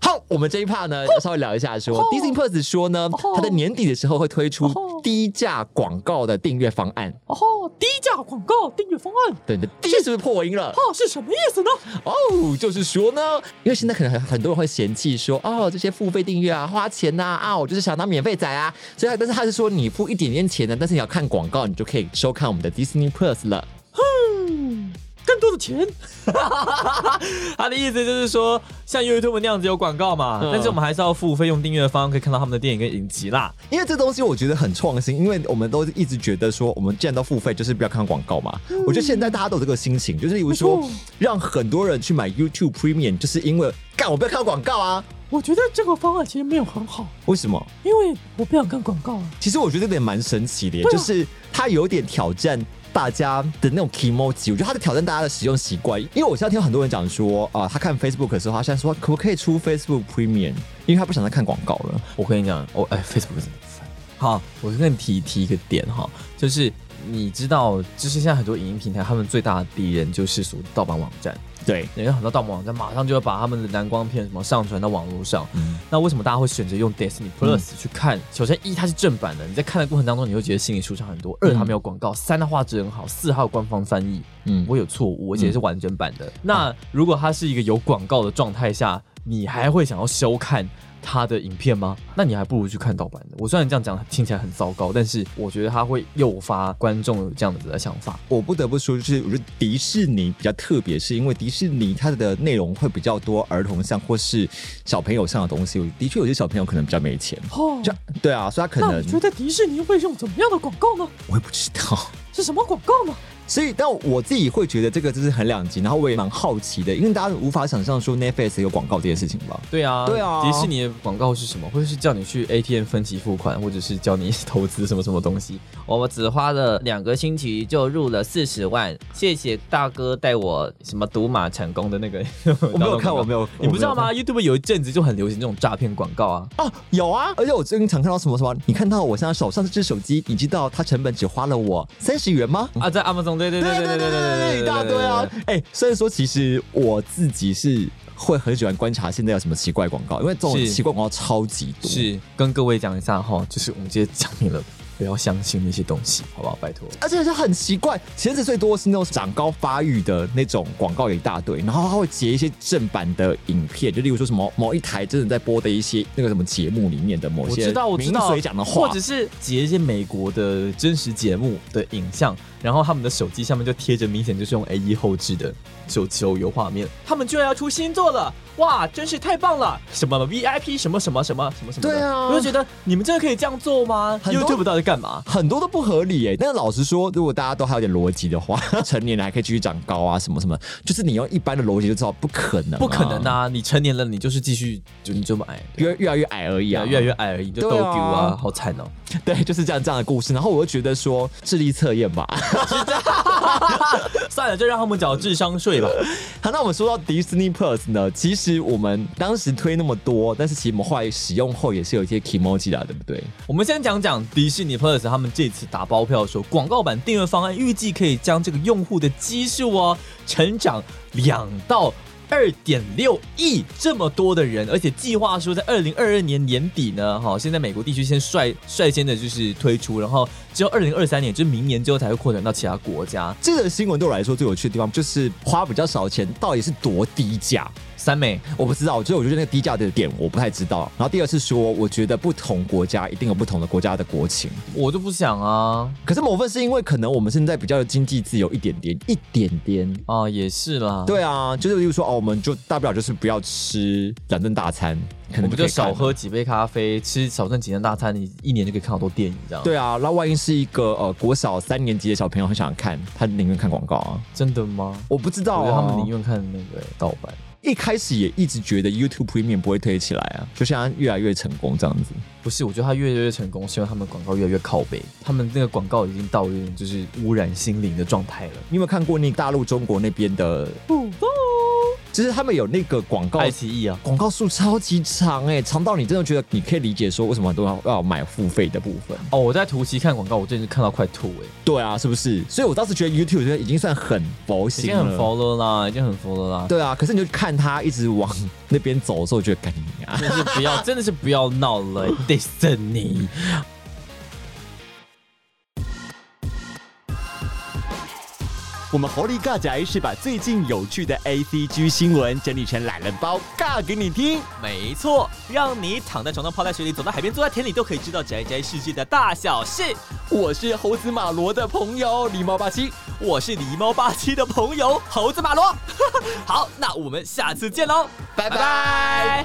Speaker 3: 好，我们这一 part 呢，要稍微聊一下说，Disney Plus 说呢，它在年底的时候会推出低价广告的订阅方案。
Speaker 2: 哦，低价广告订阅方案，
Speaker 3: 对，你的低是不是破音了？
Speaker 2: 哦，是什么意思呢？
Speaker 3: 哦，就是说呢，因为现在可能很很多人会嫌弃说，哦，这些付费订阅啊，花钱呐、啊，我就是想当免费仔啊。所以，但是他是说你付一点点钱呢，但是你要看广告，你就可以收看我们的 Disney Plus 了。
Speaker 5: 嗯
Speaker 2: 更多的钱。 *laughs* 他的意思就是说，像 YouTube 那样子有广告嘛，
Speaker 3: 嗯
Speaker 2: 但是我们还是要付费用订阅的方案可以看到他们的电影跟影集啦。
Speaker 3: 因为这东西我觉得很创新，因为我们都一直觉得说，我们既然都付费，就是不要看广告嘛。我觉得现在大家都有这个心情，就是例如说
Speaker 5: 没错，
Speaker 3: 让很多人去买 YouTube Premium，就是因为干我不要看广告啊。
Speaker 5: 我觉得这个方案其实没有很好，
Speaker 3: 为什么？
Speaker 5: 因为我不想看广告啊。
Speaker 3: 其实我觉得这点蛮神奇的耶，
Speaker 5: 对啊
Speaker 3: 就是它有点挑战。大家的那种 emoji，我觉得它在挑战大家的使用习惯，因为我现在听到很多人讲说，啊、他看 Facebook 的时候，他现在说可不可以出 Facebook Premium，因为他不想再看广告了。
Speaker 2: 我跟你讲，我哎，Facebook 真的烦。好，我跟你提提一个点哈，就是你知道，就是现在很多影音平台，他们最大的敌人就是所谓的盗版网站。
Speaker 1: 对，
Speaker 2: 因为很多盗版网站马上就要把他们的蓝光片什么上传到网络上。那为什么大家会选择用 Disney Plus 去看？首先一它是正版的，你在看的过程当中，你会觉得心里舒畅很多；二它没有广告，三它画质很好，四它有官方翻译，
Speaker 3: 嗯
Speaker 2: 不会有错误，而且是完整版的。那如果它是一个有广告的状态下，你还会想要收看？它的影片吗？那你还不如去看盗版的。我虽然这样讲听起来很糟糕，但是我觉得它会诱发观众有这样子的想法。
Speaker 3: 我不得不说，就是我觉得迪士尼比较特别，是因为迪士尼它的内容会比较多儿童向或是小朋友向的东西。我的确有些小朋友可能比较没钱，
Speaker 5: 哦，
Speaker 3: 就对啊，所以他可
Speaker 5: 那
Speaker 3: 能
Speaker 5: 你觉得迪士尼会用怎么样的广告呢？
Speaker 3: 我也不知道。
Speaker 5: 是什么广告呢？
Speaker 3: 所以，但我自己会觉得这个就是很两极，然后我也蛮好奇的，因为大家无法想象说 Netflix 有广告这件事情吧。
Speaker 2: 对啊，
Speaker 3: 对啊
Speaker 2: 迪士尼的广告是什么？会是叫你去 ATM 分期付款，或者是叫你投资什么什么东西？ *laughs*
Speaker 6: 我只花了两个星期就入了四十万，谢谢大哥带我什么赌马成功的那
Speaker 2: *laughs*
Speaker 6: 个。
Speaker 3: 我没有看，我没
Speaker 2: 有。
Speaker 3: 有，
Speaker 2: 你不知道
Speaker 3: 我没有
Speaker 2: 吗？YouTube 有一阵子就很流行这种诈骗广告啊。
Speaker 3: 看？啊，有啊！而且我最近常看到什么什么，你看到我现在手上这只手机，你知道它成本只花了我三十元吗？
Speaker 2: 啊，在 Amazon，对对对对对对对，
Speaker 3: 一大堆啊！哎，虽然说其实我自己是会很喜欢观察现在有什么奇怪广告，因为这种
Speaker 2: 是
Speaker 3: 奇怪广告超级多。
Speaker 2: 是跟各位讲一下哈，就是我们今天讲明了，不要相信那些东西，好不好？拜托。
Speaker 3: 而且是很奇怪，茄子最多是那种长高发育的那种广告有一大堆，然后它会截一些正版的影片，就例如说什么某一台真的在播的一些那个什么节目里面的某
Speaker 2: 我
Speaker 3: 些
Speaker 2: 知道，我知
Speaker 3: 名
Speaker 2: 道
Speaker 3: 嘴讲的
Speaker 2: 或
Speaker 3: 话
Speaker 2: 者，是截一些美国的真实节目的影像，然后他们的手机下面就贴着，明显就是用 A E 后置的手手游画面。他们居然要出新作了，哇，真是太棒了！什么 V I P 什么什么什么什么什么的，
Speaker 3: 对啊
Speaker 2: 我就觉得你们真的可以这样做吗
Speaker 3: 很多
Speaker 2: ？YouTube 到底干嘛？
Speaker 3: 很多都不合理耶、但是老实说，如果大家都还有点逻辑的话，成年人还可以继续长高啊，什么什么，就是你用一般的逻辑就知道不可能、
Speaker 2: 不可能的、！啊！你成年了，你就是继续就你这么矮，
Speaker 3: 越越来越矮而已啊，
Speaker 2: 越来越矮而已，你就
Speaker 3: 对
Speaker 2: 都
Speaker 3: 啊
Speaker 2: 丢啊，好惨哦！
Speaker 3: 对，就是这样这样的故事。然后我又觉得说，智力测验吧，
Speaker 2: 算了，就让他们缴智商税吧。
Speaker 3: 好，那我们说到 Disney Plus 呢，其实我们当时推那么多，但是其实我们后来使用后也是有一些 emoji 的，对不对？
Speaker 2: 我们先讲讲迪士尼 Plus 他们这次打包票说，广告版订阅方案预计可以将这个用户的基数哦成长两到。二点六亿这么多的人，而且计划说在二零二二年年底呢，哈，现在美国地区先率率先的就是推出，然后之后二零二三年，就是明年之后才会扩展到其他国家。
Speaker 3: 这个新闻对我来说最有趣的地方就是花比较少钱，到底是多低价？
Speaker 2: 三美，
Speaker 3: 我不知道，所以我觉得那个低价的点我不太知道。然后第二是说，我觉得不同国家一定有不同的国家的国情，
Speaker 2: 我就不想啊，
Speaker 3: 可是某份是因为可能我们现在比较经济自由一点点，一点点。
Speaker 2: 啊也是啦，，
Speaker 3: 对啊，就是例如说哦，我们就大不了就是不要吃两顿大餐，可
Speaker 2: 我们
Speaker 3: 能可
Speaker 2: 就
Speaker 3: 以看
Speaker 2: 少
Speaker 3: 了
Speaker 2: 喝几杯咖啡，吃少顿几顿大餐，你一年就可以看好多电影这样。
Speaker 3: 对啊，那万一是一个呃国小三年级的小朋友很想看，他宁愿看广告啊。
Speaker 2: 真的吗？
Speaker 3: 我不知道、
Speaker 2: 我觉
Speaker 3: 啊，
Speaker 2: 得他们宁愿看那个盗版。
Speaker 3: 一开始也一直觉得 YouTube Premium 不会推起来啊，就现在越来越成功这样子。
Speaker 2: 不是，我觉得他越来越成功，是因为他们广告越来越靠背，他们那个广告已经到有点就是污染心灵的状态了。
Speaker 3: 你有没有看过那大陆中国那边的？
Speaker 5: 不不，
Speaker 3: 就是他们有那个广告，
Speaker 2: 爱奇艺啊，
Speaker 3: 广告数超级长哎、长到你真的觉得你可以理解说为什么很多人要买付费的部分。
Speaker 2: 哦，我在图奇看广告，我真的是看到快吐哎、
Speaker 3: 对啊，是不是？所以我当时觉得 YouTube 觉得已经算很佛
Speaker 2: 已
Speaker 3: 心
Speaker 2: 经
Speaker 3: 了，
Speaker 2: 很佛了啦，已经很佛了啦。
Speaker 3: 对啊，可是你就看他一直往那边走的时候，我觉得干你啊！
Speaker 2: 真的是不要，真的是不要闹了、 *laughs* 迪士尼。
Speaker 1: 我们猴力尬宅是把最近有趣的 A C G 新闻整理成懒人包尬给你听。
Speaker 6: 没错，让你躺在床上、泡在水里、走到海边、坐在田里，都可以知道宅宅世界的大小事。
Speaker 1: 我是猴子马罗的朋友狸猫八七，
Speaker 6: 我是狸猫八七的 *laughs* 朋友猴子马罗，好，那我们下次见喽，拜拜